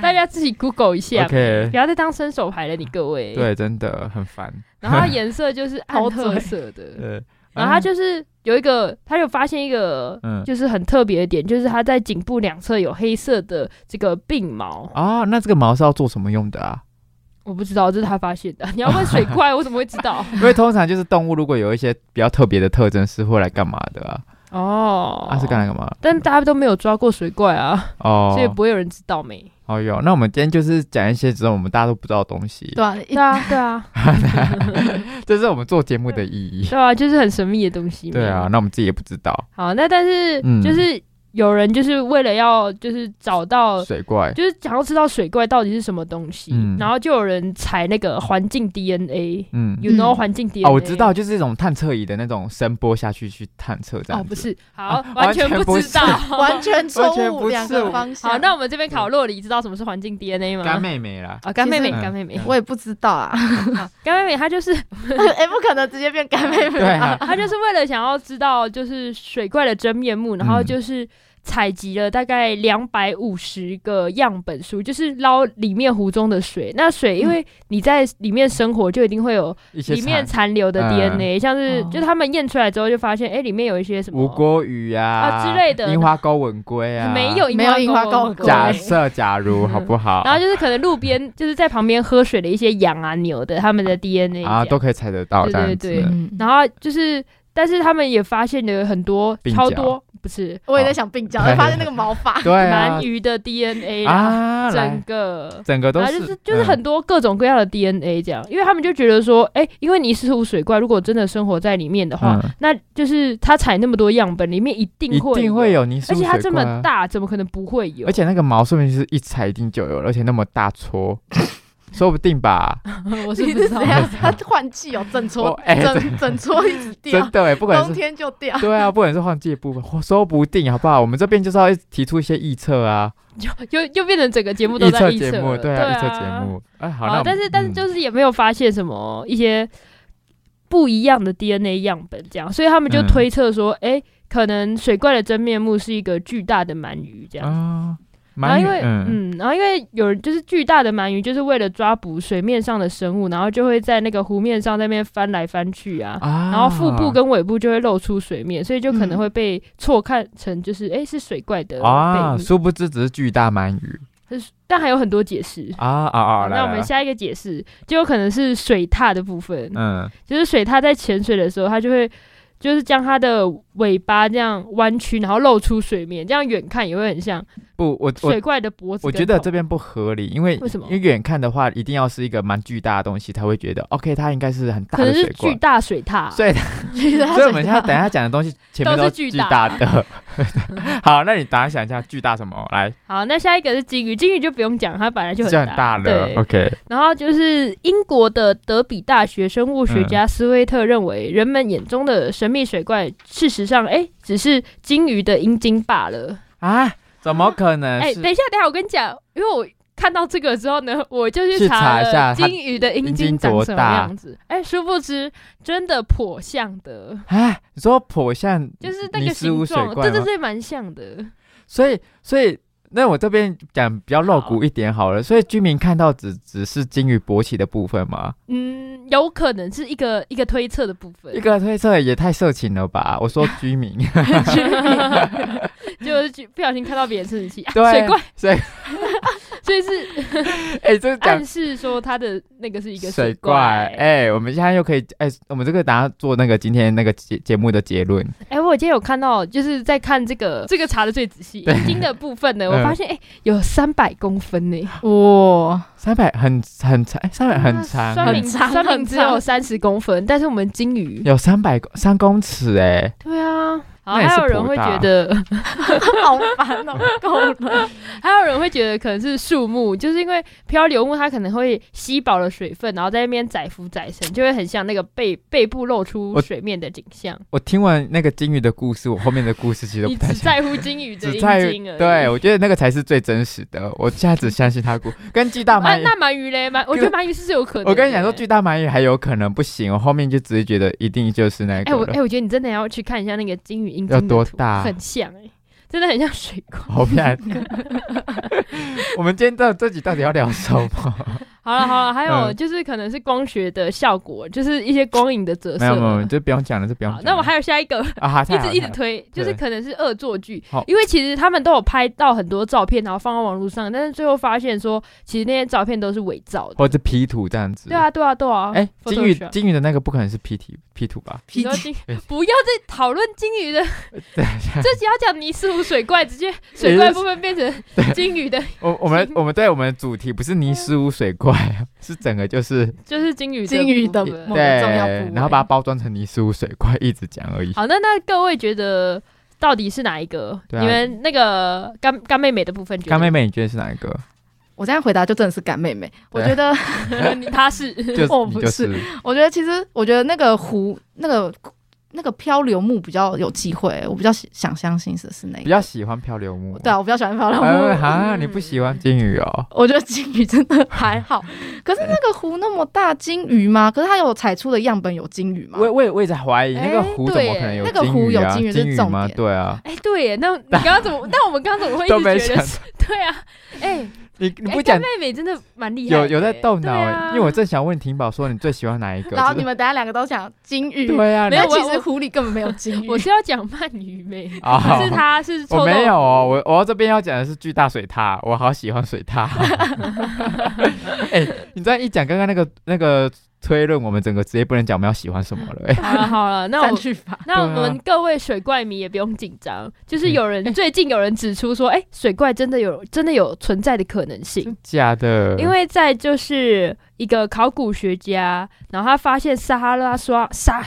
S2: 大家自己 Google 一下。
S1: OK，
S2: 不要再当伸手牌了，你各位。。
S1: 对，真的很烦。
S2: 然后它颜色就是暗
S3: 好
S2: 褐
S3: 嘴
S2: 色的，
S1: 对，
S2: 嗯然后它就是有一个，它有发现一个
S1: 嗯
S2: 就是很特别的点，就是它在颈部两侧有黑色的这个鬓毛，
S1: 啊，那这个毛是要做什么用的啊？
S2: 我不知道这是他发现 的。你要问水怪，我怎么会知道？
S1: 因为通常就是动物如果有一些比较特别的特征是会来干嘛的啊？
S2: 哦，
S1: 啊是干来干嘛？
S2: 但大家都没有抓过水怪啊，
S1: 哦
S2: 所以，不会有人知道没。
S1: 哦哟，那我们今天就是讲一些只有我们大家都不知道的东西
S3: 对，吧？
S2: 对啊，对啊，
S1: 这是我们做节目的意义。
S2: 对啊，就是很神秘的东西。
S1: 对啊，。那我们自己也不知道
S2: 好，那但是
S1: 嗯
S2: 就是有人就是为了要就是找到。
S1: 水怪。
S2: 就是想要知道水怪到底是什么东西，
S1: 嗯
S2: 然后就有人采那个环境 DNA，you、
S1: 嗯，
S2: know
S3: 嗯
S2: 环境 DNA？
S1: 哦，我知道，就是这种探测仪的那种声波下去去探测这样
S2: 哦，
S1: 子
S2: 不，是，好，
S1: 啊
S2: 完
S1: 完全
S2: 不
S1: 不
S2: 知
S1: 是
S2: 道。
S3: 完全
S1: 完全
S3: 错
S1: 不
S3: 误，
S1: 是
S3: 两个方向。
S2: 好，那我们这边考洛里，知道什么是环境 DNA 吗？
S1: 干妹嗯妹啦。
S2: 啊，干妹妹，
S3: 其
S1: 实
S2: 干妹妹，
S3: 我也不知道啊，
S2: 干妹妹，她就是
S3: 哎，不可能直接变干妹妹
S1: 对啊
S3: 吧？
S2: 她就是为了想要知道就是水怪的真面目，然后
S1: 嗯
S2: 就是采集了大概两百五十个样本数，就是捞里面湖中的水。那水因为你在里面生活，就一定会有
S1: 嗯一些
S2: 里面
S1: 产
S2: 残留
S1: 嗯
S2: 的 DNA，像是
S3: 哦
S2: 就他们验出来之后就发现，哎，里面有一些什
S1: 吴
S2: 么
S1: 郭鱼啊
S2: 啊之类的
S1: 樱花钩吻龟啊，
S2: 没有
S3: 没有
S2: 樱
S3: 樱
S2: 花
S3: 花
S2: 沟
S3: 沟
S2: 沟
S3: 沟
S1: 假
S2: 对
S1: 设假如好不好？
S2: 然后就是可能路边就是在旁边喝水的一些羊啊、牛的，他们的 DNA
S1: 啊，
S2: 这样
S1: 都可以猜得到
S2: 对
S1: 这样
S2: 对
S1: 子。
S3: 嗯
S2: 然后就是，但是他们也发现了很多
S1: 鬓
S2: 超
S1: 角
S2: 多，不是
S3: 我也在想鬓角，
S1: 对
S3: 发现那个 毛发。
S1: 对啊
S2: 鳗，鱼的 DNA 啦，
S1: 啊，
S2: 整
S1: 来，
S2: 个。
S1: 整个都
S2: 然后
S1: 是
S2: 就是就是
S1: 嗯
S2: 很多各种各样的 DNA 这样，因为他们就觉得说，哎、因为尼斯湖水怪如果真的生活在里面的话，
S1: 嗯
S2: 那就是它采那么多样本，里面一定
S1: 一
S2: 会
S1: 定会，有泥塑
S2: 而且它这
S1: 水怪
S2: 么
S1: 啊，
S2: 大，怎么可能不会有？
S1: 而且那个毛说明是一踩一定就有了，而且那么大撮， 说不定吧？
S2: 我是
S3: 你
S2: 不知
S3: 是
S2: 道
S3: 怎，样？他换季哦，整
S1: 哦
S3: 撮
S1: 哎
S3: 整整撮一直掉
S2: 啊
S1: 真，的哎，不管
S3: 冬
S1: 是
S3: 天就 掉。
S1: 对啊，不管是换季的部分，或说不定好不好？我们这边就是要一直提出一些臆测啊，
S2: 又又变成整个节目都
S1: 预
S2: 在
S1: 测
S2: 预测
S1: 节目，
S2: 了，
S1: 对啊，预测节目。哎，好，那
S2: 啊，
S1: 我们
S2: 但是但是
S1: 嗯
S2: 就是也没有发现什么一些不一样的 DNA 样本，这样，所以他们就
S1: 嗯
S2: 推测说，哎、可能水怪的真面目是一个巨大的鳗鱼这样。
S1: 啊，
S2: 然后
S1: 蛮
S2: 因为
S1: 嗯
S2: 嗯然后因为有人就是巨大的鳗鱼，就是为了抓捕水面上的生物，然后就会在那个湖面上在那边翻来翻去啊，
S1: 啊，
S2: 然后腹部跟尾部就会露出水面，所以就可能
S3: 嗯
S2: 会被错看成就是哎、诶是水怪的背
S1: 啊，
S2: 影，
S1: 殊不知只是巨大鳗鱼
S2: 但还有很多解释。
S1: 啊啊啊！
S2: 好
S1: 来
S2: 那我们
S1: 来
S2: 下一个解释就有可能是水獭的部分，
S1: 嗯
S2: 就是水獭在潜水的时候，它就会就是将它的尾巴这样弯曲，然后露出水面，这样远看也会很像
S1: 不，我我
S2: 水怪的脖子
S1: 我
S2: 跟
S1: 觉
S2: 头。
S1: 得这边不合理，因为
S2: 为什么
S1: 因为远看的话，一定要是一个蛮巨大的东西才会觉得 OK，它应该是很大
S2: 可能
S1: 的
S2: 是
S1: 水
S2: 巨
S1: 怪。
S2: 大水獭，
S1: 所以它，
S3: 所
S1: 所以我们现在等一下讲的东西前面
S2: 都是
S1: 巨
S2: 巨大
S1: 大的， 好，那你打想一下巨大什么？来，
S2: 好，那下一个是金鱼，金鱼就不用讲，它本来就很
S1: 这很大了
S2: 对。
S1: ，OK，
S2: 然后就是英国的德比大学生物
S1: 嗯
S2: 学家斯威特认为，人们眼中的神秘水怪，事实上，哎、只是金鱼的阴茎罢了。
S1: 啊，怎么可能
S2: 哎、
S1: 是？
S2: 等一下，等一下，我跟你讲，因为我看到这个之后呢， 我就去
S1: 去查一下
S2: 了
S1: 它
S2: 金鱼的阴
S1: 阴
S2: 茎
S1: 茎
S2: 长
S1: 多
S2: 什么
S1: 大
S2: 样子。哎、殊不知真的颇像的，
S1: 啊，你说颇像
S2: 就是那
S1: 尼
S2: 个
S1: 斯湖
S2: 形
S1: 水
S2: 状，
S1: 怪
S2: 对对
S1: 吗
S2: 对，蛮像的。
S1: 所以，所以，那我这边讲比较露骨一点好了。所以居民看到只只是鲸鱼勃起的部分吗？
S2: 嗯，有可能是一个一个推测的部分
S1: 一，个推测也太色情了吧？我说居 民，
S2: 就是去不小心看到别人生殖器，啊、
S1: 对，
S2: 水怪，，
S1: 所以，
S2: 所以是
S1: 哎、这个讲
S2: 暗示说他的那个是一个
S1: 水
S2: 怪。哎、
S1: 哎、我们现在又可以，哎、我们这个等下做那个今天那个节节目的结论，
S2: 哎我今天有看到，就是在看这个这个查的最仔细，
S1: 对
S2: 阴茎的部分呢，
S1: 嗯
S2: 我发现哎、有三百公分呢、
S3: 哇，
S1: 三百很很长，哎三、百 很长，
S2: 酸
S1: 很
S2: 民
S3: 很长
S2: 酸民
S3: 很
S2: 只
S3: 长
S2: 有三十公分，但是我们金鱼，
S1: 有三百三公尺、哎，
S2: 对啊，好，
S1: 那也是
S2: 还有人会
S1: 颇大
S2: 觉得，
S3: 好烦哦，够了。
S2: 还有人会觉得可能是树木，就是因为漂流木它可能会吸饱了水分，然后在那边载浮载沉，就会很像那个背背部露出
S1: 我
S2: 水面的景象。
S1: 我听完那个鲸鱼的故事，我后面的故事其实都
S2: 你
S1: 不太
S2: 只
S1: 想。
S2: 在乎金鱼的
S1: 只
S2: 阴
S1: 在
S2: 茎而已。
S1: 对，我觉得那个才是最真实的。我现在只相信他故，跟巨大
S2: 那
S1: 鳗鱼
S2: 啊那鳗鱼嘞，鳗，我觉得鳗鱼是是有可能的。欸
S1: 我跟你讲说，巨大鳗鱼还有可能不行，我后面就只是觉得一定就是那
S2: 哎，我
S1: 个
S2: 哎、
S1: 了。
S2: 我觉得你真的要去看一下那个金鱼阴茎
S1: 要
S2: 的
S1: 多
S2: 图
S1: 大
S2: 很像哎、真的很像水怪。
S1: 好骗！我们今天到这集到底要聊什么？
S2: 好了好了，还有
S1: 嗯
S2: 就是可能是光学的效果，就是一些光影的折射。
S1: 没有没有，没有这不用讲了，这不用
S2: 好，
S1: 讲了。
S2: 那我还有下一个，
S1: 啊，好
S2: 一
S1: 太好了
S2: 直一
S1: 太好
S2: 直
S1: 了
S2: 推，就是
S1: 对
S2: 可能是恶作剧
S1: 好，
S2: 因为其实他们都有拍到很多照片，然后放到网络上，但是最后发现说，其实那些照片都是伪造的。
S1: 或者 P 图这样子。
S2: 对啊，对啊，对啊。
S1: 哎，金鱼
S2: Photoshop
S1: 金鱼的那个不可能是 P 图 P 哎图吧？
S2: 你说金， 不要再讨论金鱼的，
S1: 对，
S2: 这集要讲尼斯湖水怪，直接水怪部分变成金鱼的，
S1: 我我 们
S2: 金
S1: 我们对我们的主题不是泥石污水怪，是整个就是
S2: 就是金鱼
S3: 金鱼的
S2: 部分
S3: 某个重要部
S1: 对
S3: 位，
S1: 然后把它包装成泥石污水怪，一直讲而已。
S2: 好，那那各位觉得到底是哪一个？
S1: 对啊
S2: 你们那个干干妹妹的部分觉得，
S1: 干妹妹，你觉得是哪一个？
S3: 我这样回答就真的是干妹妹。我觉得，
S2: 妹， 她是
S1: 就
S3: 我
S1: 你
S3: 不
S1: 就是是
S3: 我觉得其实，我觉得那个湖，那个那个漂流木比较有机会，我比较想相信是是那
S1: 比
S3: 个。
S1: 较喜欢漂流木。
S3: 对啊，我比较喜欢漂流
S1: 嗯 哎
S3: 木。
S1: 哈，你不喜欢金鱼哦？
S3: 我觉得金鱼真的还好，可是那个湖那么大，金鱼吗？可是它有采出的样本有金鱼吗？
S1: 我我也我也在怀疑
S2: 哎
S1: 那个湖怎么可能有金鱼
S3: 嗯对耶那个湖有
S1: 啊？
S3: 金鱼是
S1: 金鱼吗？
S3: 重点
S1: 对啊，
S2: 哎、对耶，那你刚刚 怎么？那我们刚刚怎么会一
S1: 都没
S2: 直觉
S1: 想
S2: 得
S1: 到
S2: 是？对啊，哎、
S1: 你你
S2: 哎
S1: 不讲
S2: 干妹妹真的蛮厉害的
S1: 有
S2: 耶，
S1: 有在动脑
S2: 对
S1: 哎
S2: 啊，
S1: 因为我正想问婷宝说你最喜欢哪一个？
S3: 然后
S1: 就是
S3: 你们等下两个都讲金鱼，
S1: 对啊，
S2: 没
S1: 你
S2: 有
S3: 但
S2: 我
S3: 其实湖里根本没有金鱼。
S2: 我是要讲鳗 鱼妹，
S1: 啊
S2: 可是她是 臭
S1: 我没
S2: 豆
S1: 有
S2: 腐
S1: 哦，我我这边要讲的是巨大水獭，我好喜欢水 獭。哎，你这样一讲，刚刚那个那个推论，我们整个职业不能讲我们要喜欢什么了 哎。
S2: 好了好了，那
S3: 占
S2: 我
S3: 去法，
S2: 那我
S1: 对啊
S2: 们各位水怪迷也不用紧张，就是有人、
S1: 哎
S2: 最近有人指出说，哎、水怪真的有真的有存在的可能性，
S1: 真假的？
S2: 因为在就是一个考古学家，然后他发现撒哈拉沙沙，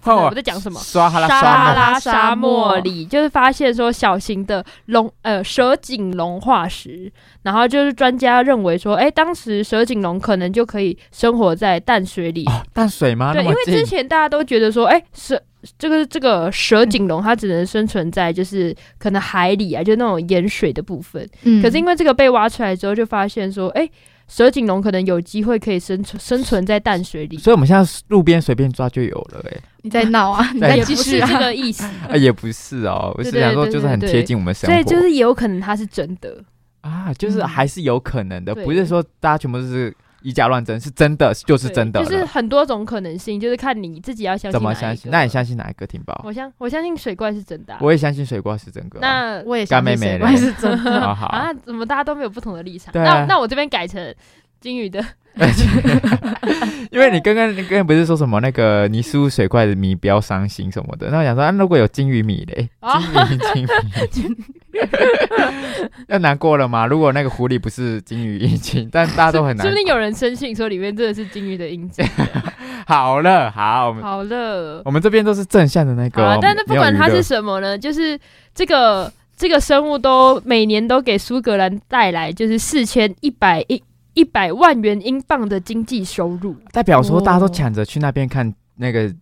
S1: 换我
S2: 我在讲什么？
S1: 刷哈拉
S2: 撒
S1: 哦沙
S2: 哈
S1: 漠
S2: 拉沙
S3: 沙漠
S2: 漠里，就是发现说小型的龙呃蛇颈龙化石，然后就是专家认为说，哎、当时蛇颈龙可能就可以生活在淡水里，
S1: 哦，淡水吗？
S2: 对，
S1: 那
S2: 因
S1: 么
S2: 为之
S1: 近
S2: 前大家都觉得说，哎、蛇这个这个蛇颈龙它只能生存在就是可能海里啊，就那种盐水的部分。
S3: 嗯
S2: 可是因为这个被挖出来之后，就发现说，哎、蛇颈龙可能有机会可以 生存生存在淡水里。
S1: 所以我们现在路边随便抓就有了哎。
S3: 你在闹啊，你
S1: 对
S3: 在
S2: 也
S3: 继
S2: 不
S3: 续
S2: 是
S3: 啊
S2: 这。个 意思，
S1: 啊，也不是哦，我 是
S2: 对对
S1: 想说
S2: 对
S1: 就是
S2: 对
S1: 很
S2: 对
S1: 贴近我们生
S2: 所
S1: 活，
S2: 以就是也有可能它是真的。
S1: 啊，就是还是有可能的，
S2: 对
S1: 不是说大家全部都是以假乱真，是真的就是
S2: 对
S1: 真的了，
S2: 就是很多种可能性，就是看你自己要相信
S1: 怎
S2: 哪
S1: 么
S2: 一
S1: 相信？
S2: 个
S1: 那你相信哪一个？婷宝，
S2: 我相我相信水怪是真的啊、
S1: 我也相信水怪是真个哦。
S2: 那
S3: 我也
S1: 干妹妹嘞
S3: 我也是真的。
S1: 好好，
S2: 啊，怎么大家都没有不同的立场？
S1: 对
S2: 那
S1: 啊
S2: 那我这边改成金鱼的
S1: 因为你刚刚你刚刚不是说什么那个尼斯湖水怪的迷不要伤心什么的，那我想说，啊、如果有金鱼米嘞，
S2: 啊
S1: 金鱼金鱼， 要难过了吗？如果那个湖里不是金鱼一斤，但大家都很难
S2: 说不定有人深信说里面真的是金鱼的阴茎。
S1: 好了，好，我们
S2: 好了，
S1: 我们这边都是正向的那
S2: 好
S1: 个
S2: 了
S1: 哦，，
S2: 但是不管
S1: 没有
S2: 它
S1: 娱乐
S2: 是什么呢，就是这个这个生物都每年都给苏格兰带来就是四千一百一一百万元英镑的经济收入。
S1: 代表说大家
S2: 嗯
S1: 都
S3: 哦
S1: 抢着去那边看那个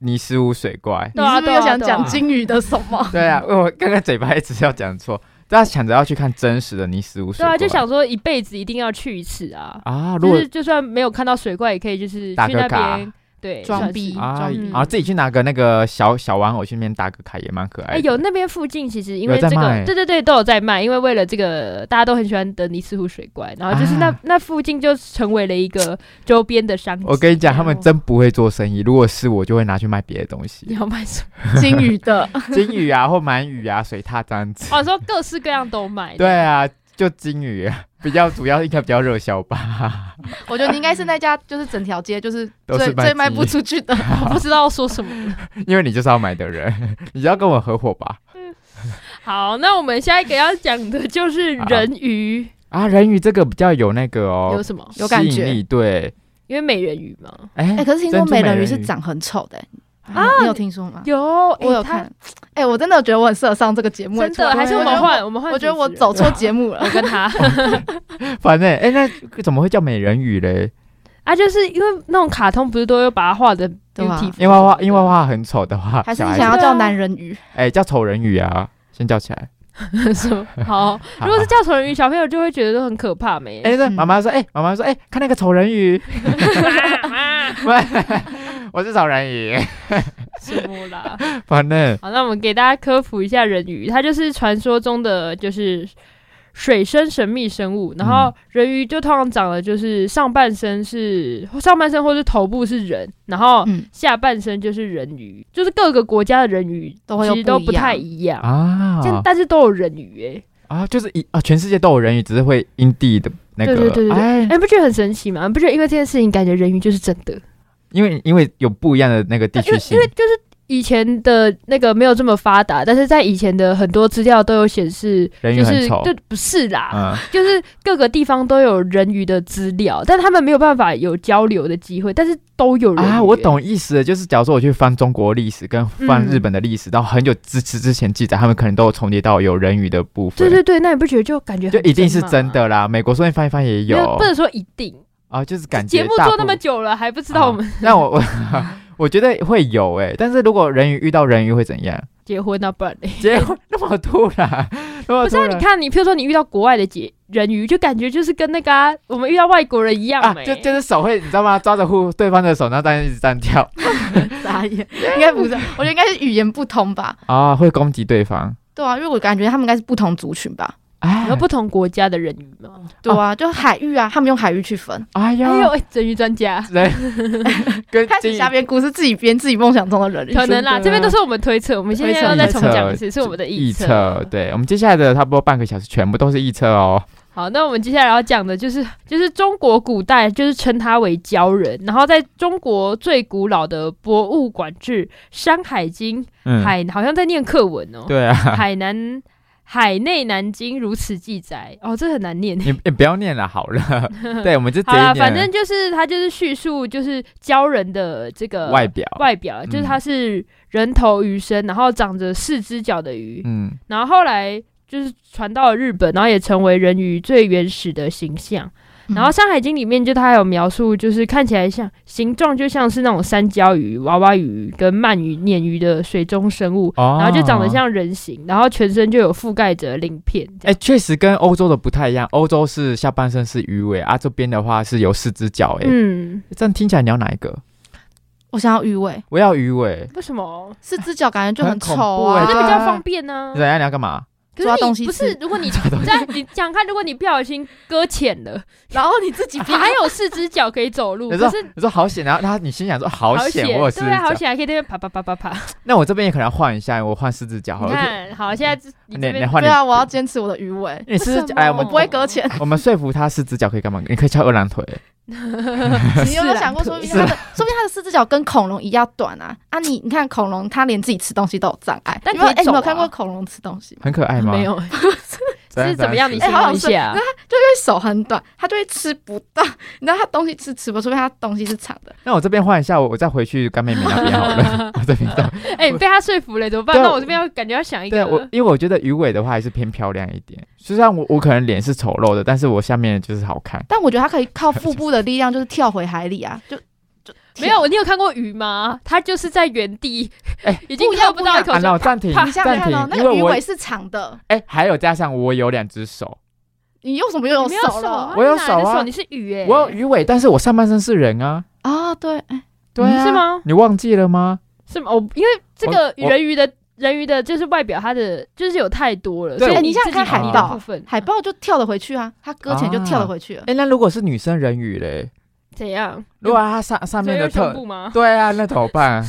S1: 尼斯湖水怪。
S2: 对啊
S3: 你是不是又想
S2: 对啊对
S3: 讲
S2: 啊
S3: 金鱼的什么？
S1: 对啊，我刚刚嘴巴一直要讲错，大家抢着要去看真实的尼斯湖水
S2: 对
S1: 怪。
S2: 啊，就想说一辈子一定要去一次啊，
S1: 啊，如
S2: 就
S1: 果
S2: 是就算没有看到水怪，也可以就是
S1: 打
S2: 去
S1: 个
S2: 那
S1: 卡
S2: 边对
S3: 装
S2: 算
S3: 逼
S2: 是
S1: 啊
S3: 装
S2: 嗯
S3: 逼
S1: 啊，自己去拿个那个小小玩偶去那边打个卡也蛮可爱
S2: 哎、
S1: 的。
S2: 有那边附近其实因
S1: 有
S2: 为
S1: 在
S2: 这个，
S1: 卖
S2: 对对对，都有在卖，因为为了这个，大家都很喜欢的尼斯湖水怪，然后就是那、
S1: 啊
S2: 那附近就成为了一个周边的商机。
S1: 我跟你讲，他们真不会做生意。如果是我，就会拿去卖别的东
S2: 你
S1: 西，
S2: 要卖什么？
S1: 啊
S3: 金 鱼的，
S1: 金鱼啊，或鳗鱼啊，水獭这样子。
S2: 哦，说各式各样都卖。
S1: 对，啊，就金鱼啊，比较主要应该比较热销吧。
S3: 我觉得你应该是那家，就是整条街就是
S1: 都是
S3: 最
S1: 卖
S3: 最卖
S1: 金鱼
S3: 不出去的。
S2: 我不知道说什么 了。
S1: 因为你就是要买的人，你要跟我合伙吧？
S2: 好，那我们下一个要讲的就是人鱼，
S1: 啊，人鱼这个比较有那个哦，
S2: 有什么？
S3: 有感觉
S1: 吸引力对，
S2: 因为美人鱼嘛。
S1: 哎、
S3: 哎、可是听说
S1: 珍珠
S3: 美人
S1: 人
S3: 鱼是长很丑的、欸
S1: 啊
S3: 你有听说吗？
S2: 有，
S3: 我
S2: 哎
S3: 有
S2: 它
S3: 看，哎、我真的觉得我很适合上这个节目、
S2: 真
S3: 突
S2: 的
S3: 然
S2: 还是我们换，我们换。
S3: 我觉得我走错节目了
S2: 我。跟他
S1: 反正哎、那怎么会叫美人鱼嘞？
S2: 啊，就是因为那种卡通不是都有把它画的
S3: 对啊
S2: beautiful，
S1: 因为画因为画很丑的话，
S3: 还是
S1: 小
S3: 你
S1: 孩
S3: 想要
S2: 子
S3: 叫男人鱼？
S1: 哎、叫丑人鱼啊，先叫起来。
S2: 什么好，
S1: 好
S2: 如果是叫丑人鱼，小朋友就会觉得都很可怕没？
S1: 哎、那
S3: 嗯
S1: 妈妈说，哎、妈妈说，哎、看那个丑人鱼， 我是丑人鱼。
S2: 什么啦？
S1: 反正
S2: 好，那我们给大家科普一下人鱼，它就是传说中的就是水生神秘生物。然后
S1: 嗯
S2: 人鱼就通常长得就是上半身是上半身或是头部是人，然后
S3: 嗯
S2: 下半身就是人鱼，就是各个国家的人鱼
S3: 都会有
S2: 其实都
S3: 不一
S2: 不
S3: 样
S2: 太一样。但
S1: 啊
S2: 但是都有人鱼哎、
S1: 啊，就是一啊，全世界都有人鱼，只是会因地的那个，
S2: 对对对对对
S1: 哎、
S3: 嗯
S2: 哎、不觉得很神奇吗？不觉得因为这件事情，感觉人鱼就是真的？
S1: 因为因为有不一样的那个地
S2: 呃因
S1: 区
S2: 为
S1: 性
S2: 因为就是以前的那个没有这么发达，但是在以前的很多资料都有显示，
S1: 人鱼
S2: 就
S1: 很
S2: 是
S1: 丑
S2: 对不是啦，
S1: 嗯，
S2: 就是各个地方都有人鱼的资料，但他们没有办法有交流的机会，但是都有人鱼
S1: 啊，我。懂意思了，就是假如说我去翻中国历史跟
S2: 嗯
S1: 翻日本的历史，到很久之之之前记载，他们可能都有重叠到有人鱼的部分，
S2: 对对对，那你不觉得就感觉
S1: 就
S2: 很
S1: 一定是
S2: 吗
S1: 真？的啦。美国说你翻一翻也
S2: 没有
S1: 有
S2: 不能说一定。
S1: 啊，就是感觉
S2: 节目
S1: 大
S2: 做那
S1: 部
S2: 么久了，还不知道我们
S1: 啊那我我 我觉得会有哎、但是如果人鱼遇到人鱼会怎样？
S2: 结婚啊，不然嘞？
S1: 结婚那么突然，那么
S2: 不是
S1: 突
S2: 啊，
S1: 然
S2: 你看你，譬如说你遇到国外的结人鱼，就感觉就是跟那个啊、我们遇到外国人一样哎
S1: 啊，
S2: 没
S1: 就就是手会你知道吗？抓着互对方的手，然后在那一直这样跳
S3: 傻眼， 应该不是，我觉得应该是语言不通吧？
S1: 啊，会攻击对方。
S3: 对啊，因为我感觉他们应该是不同族群吧？
S1: 哎
S2: 你说不同国家的人鱼吗？
S3: 对啊，就海域啊，他们用海域去分。
S1: 哎
S2: 哎呦，
S1: 呀，
S2: 哎人鱼专家，
S1: 人 跟
S3: 开
S1: 金
S3: 始
S1: 鱼
S3: 瞎编故事，自己编自己梦想中的人鱼。
S2: 可能啦，
S1: 真的啊
S2: 这边都是我们推测，我们现在要再重讲一次，是我们的
S1: 臆测
S2: 测。。
S1: 对，我们接下来的差不多半个小时全部都是臆测哦。
S2: 好，那我们接下来要讲的就是，就是中国古代就是称它为鲛人，然后在中国最古老的博物馆是《山海经》
S1: 嗯，
S2: 海，好像在念课文哦，
S1: 对啊，
S2: 海南。海内南京如此记载哦，这很难念。
S1: 你你不要念了好 了。对，我们就直
S2: 好
S1: 接
S2: 啦，
S1: 念。啊
S2: 反正就是它就是叙述就是鲛人的这个
S1: 外表，嗯
S2: 外表，啊就是它是人头鱼身，然后长着四只脚的鱼，
S1: 嗯，
S2: 然后后来就是传到了日本，然后也成为人鱼最原始的形象。
S3: 嗯
S2: 然后《山海经》里面就它还有描述，就是看起来像形状就像是那种三焦鱼、娃娃鱼跟鳗鱼、鲶鱼的水中生物，
S1: 哦
S2: 然后就长得。像人形，然后全身就有覆盖着鳞片。这
S1: 哎，
S2: 样
S1: 确实跟欧洲的不太一样，欧洲是下半身是鱼尾啊，这边的话是有四只脚。哎，
S2: 嗯，
S1: 这样听起来你要哪一个？
S3: 我想要鱼尾，
S1: 我要鱼尾。
S2: 为什么？
S3: 四只脚感觉就
S1: 很恐
S3: 丑
S1: 怖哎
S3: 啊。
S1: 对
S2: 那
S1: 啊
S2: 比较方便呢、
S1: 你怎样？你要干嘛？
S2: 可
S3: 抓
S2: 是
S3: 东
S2: 你
S3: 西
S2: 不是
S3: 吃，
S2: 如果你这样，你想看，如果你不小心搁浅了，
S3: 然后你自己
S2: 你
S3: 编
S2: 还有四只脚可以走路，
S1: 你说
S2: 可是
S1: 你说好险，然后他你心想说好险，我有四
S2: 对
S1: 只
S2: 啊，好
S1: 脚。
S2: 险还可以在那边啪啪啪啪啪。
S1: 那我这边也可能要换一下，我换四只脚好
S2: 你
S1: 了。
S2: 看，好，现在这你
S1: 你
S2: 这
S1: 你
S2: 边
S1: 换
S3: 对
S1: 你，
S3: 啊，我要坚持我的 鱼尾，
S1: 你四
S2: 为
S1: 只
S2: 什
S1: 脚。哎，我
S2: 么
S1: 们
S3: 我不会搁浅。
S1: 我们说服他四只脚可以干嘛？你可以翘二郎腿。
S3: 你有没有
S2: 是
S3: 想过，
S2: 懒
S3: 说
S2: 腿
S3: 不定它的，说不定它的四只脚跟恐龙一样短啊？啊你，你看恐龙，它连自己吃东西都有障碍。
S2: 但
S3: 你有没有
S2: 可以
S3: 哎你
S2: 走
S3: 有
S2: 啊
S3: 看过恐龙吃东西吗？
S1: 很可爱吗？
S2: 没有，是怎么样？你形
S3: 哎好
S2: 容
S3: 好
S2: 啊一
S3: 吃
S2: 下。
S3: 为手很短，它就会吃不到。 你知道它东西吃吃不，除非它东西是长的。
S1: 那我这边换一下，我我再回去干妹妹那边好了。我 这边到，
S2: 哎，你被他说服了，怎么办？
S1: 对啊
S2: 那我这边要感觉要想一
S1: 对啊
S2: 个。
S1: 我，因为我觉得鱼尾的话还是偏漂亮一点。虽然我我可能脸是丑陋的，但是我下面就是好看。
S3: 但我觉得它可以靠腹部的力量，就是跳回海里啊，就就
S2: 没有，你有看过鱼吗？它就是在原地，
S1: 哎
S2: 已经看不到一口
S1: 啊，那
S2: 水
S1: 我。暂停
S2: 啪
S3: 你想想
S1: 暂
S3: 看哦，
S1: 停，
S3: 那
S1: 因
S3: 个
S1: 为
S3: 鱼
S1: 我
S3: 尾是长的，
S1: 哎还有加上我有两只手，
S3: 你用什么用
S2: 你没有
S3: 手了？
S2: 啊
S1: 我有
S2: 你哪来的
S1: 手啊
S2: 你是鱼哎，
S1: 我有鱼尾，但是我上半身是人啊。
S3: 啊，对，哎
S1: 对啊，
S2: 是？吗？
S1: 你忘记了吗？
S2: 是吗？我哦因为这个
S1: 我我
S2: 人鱼的人鱼的，就是外表它的就是有太多了，
S1: 对
S2: 所以
S1: 哎
S3: 你
S2: 自
S3: 想
S2: 己
S3: 想
S2: 考
S3: 看
S2: 虑
S1: 海
S2: 的
S3: 豹
S2: 部分
S3: 海豹就跳得回去啊，它搁浅就跳得回去了。
S1: 哎，那如果是女生人鱼嘞？
S2: 怎样？
S1: 如果它上上面
S2: 所以
S1: 的
S2: 有胸
S1: 特
S2: 部吗？
S1: 对啊，那怎么办？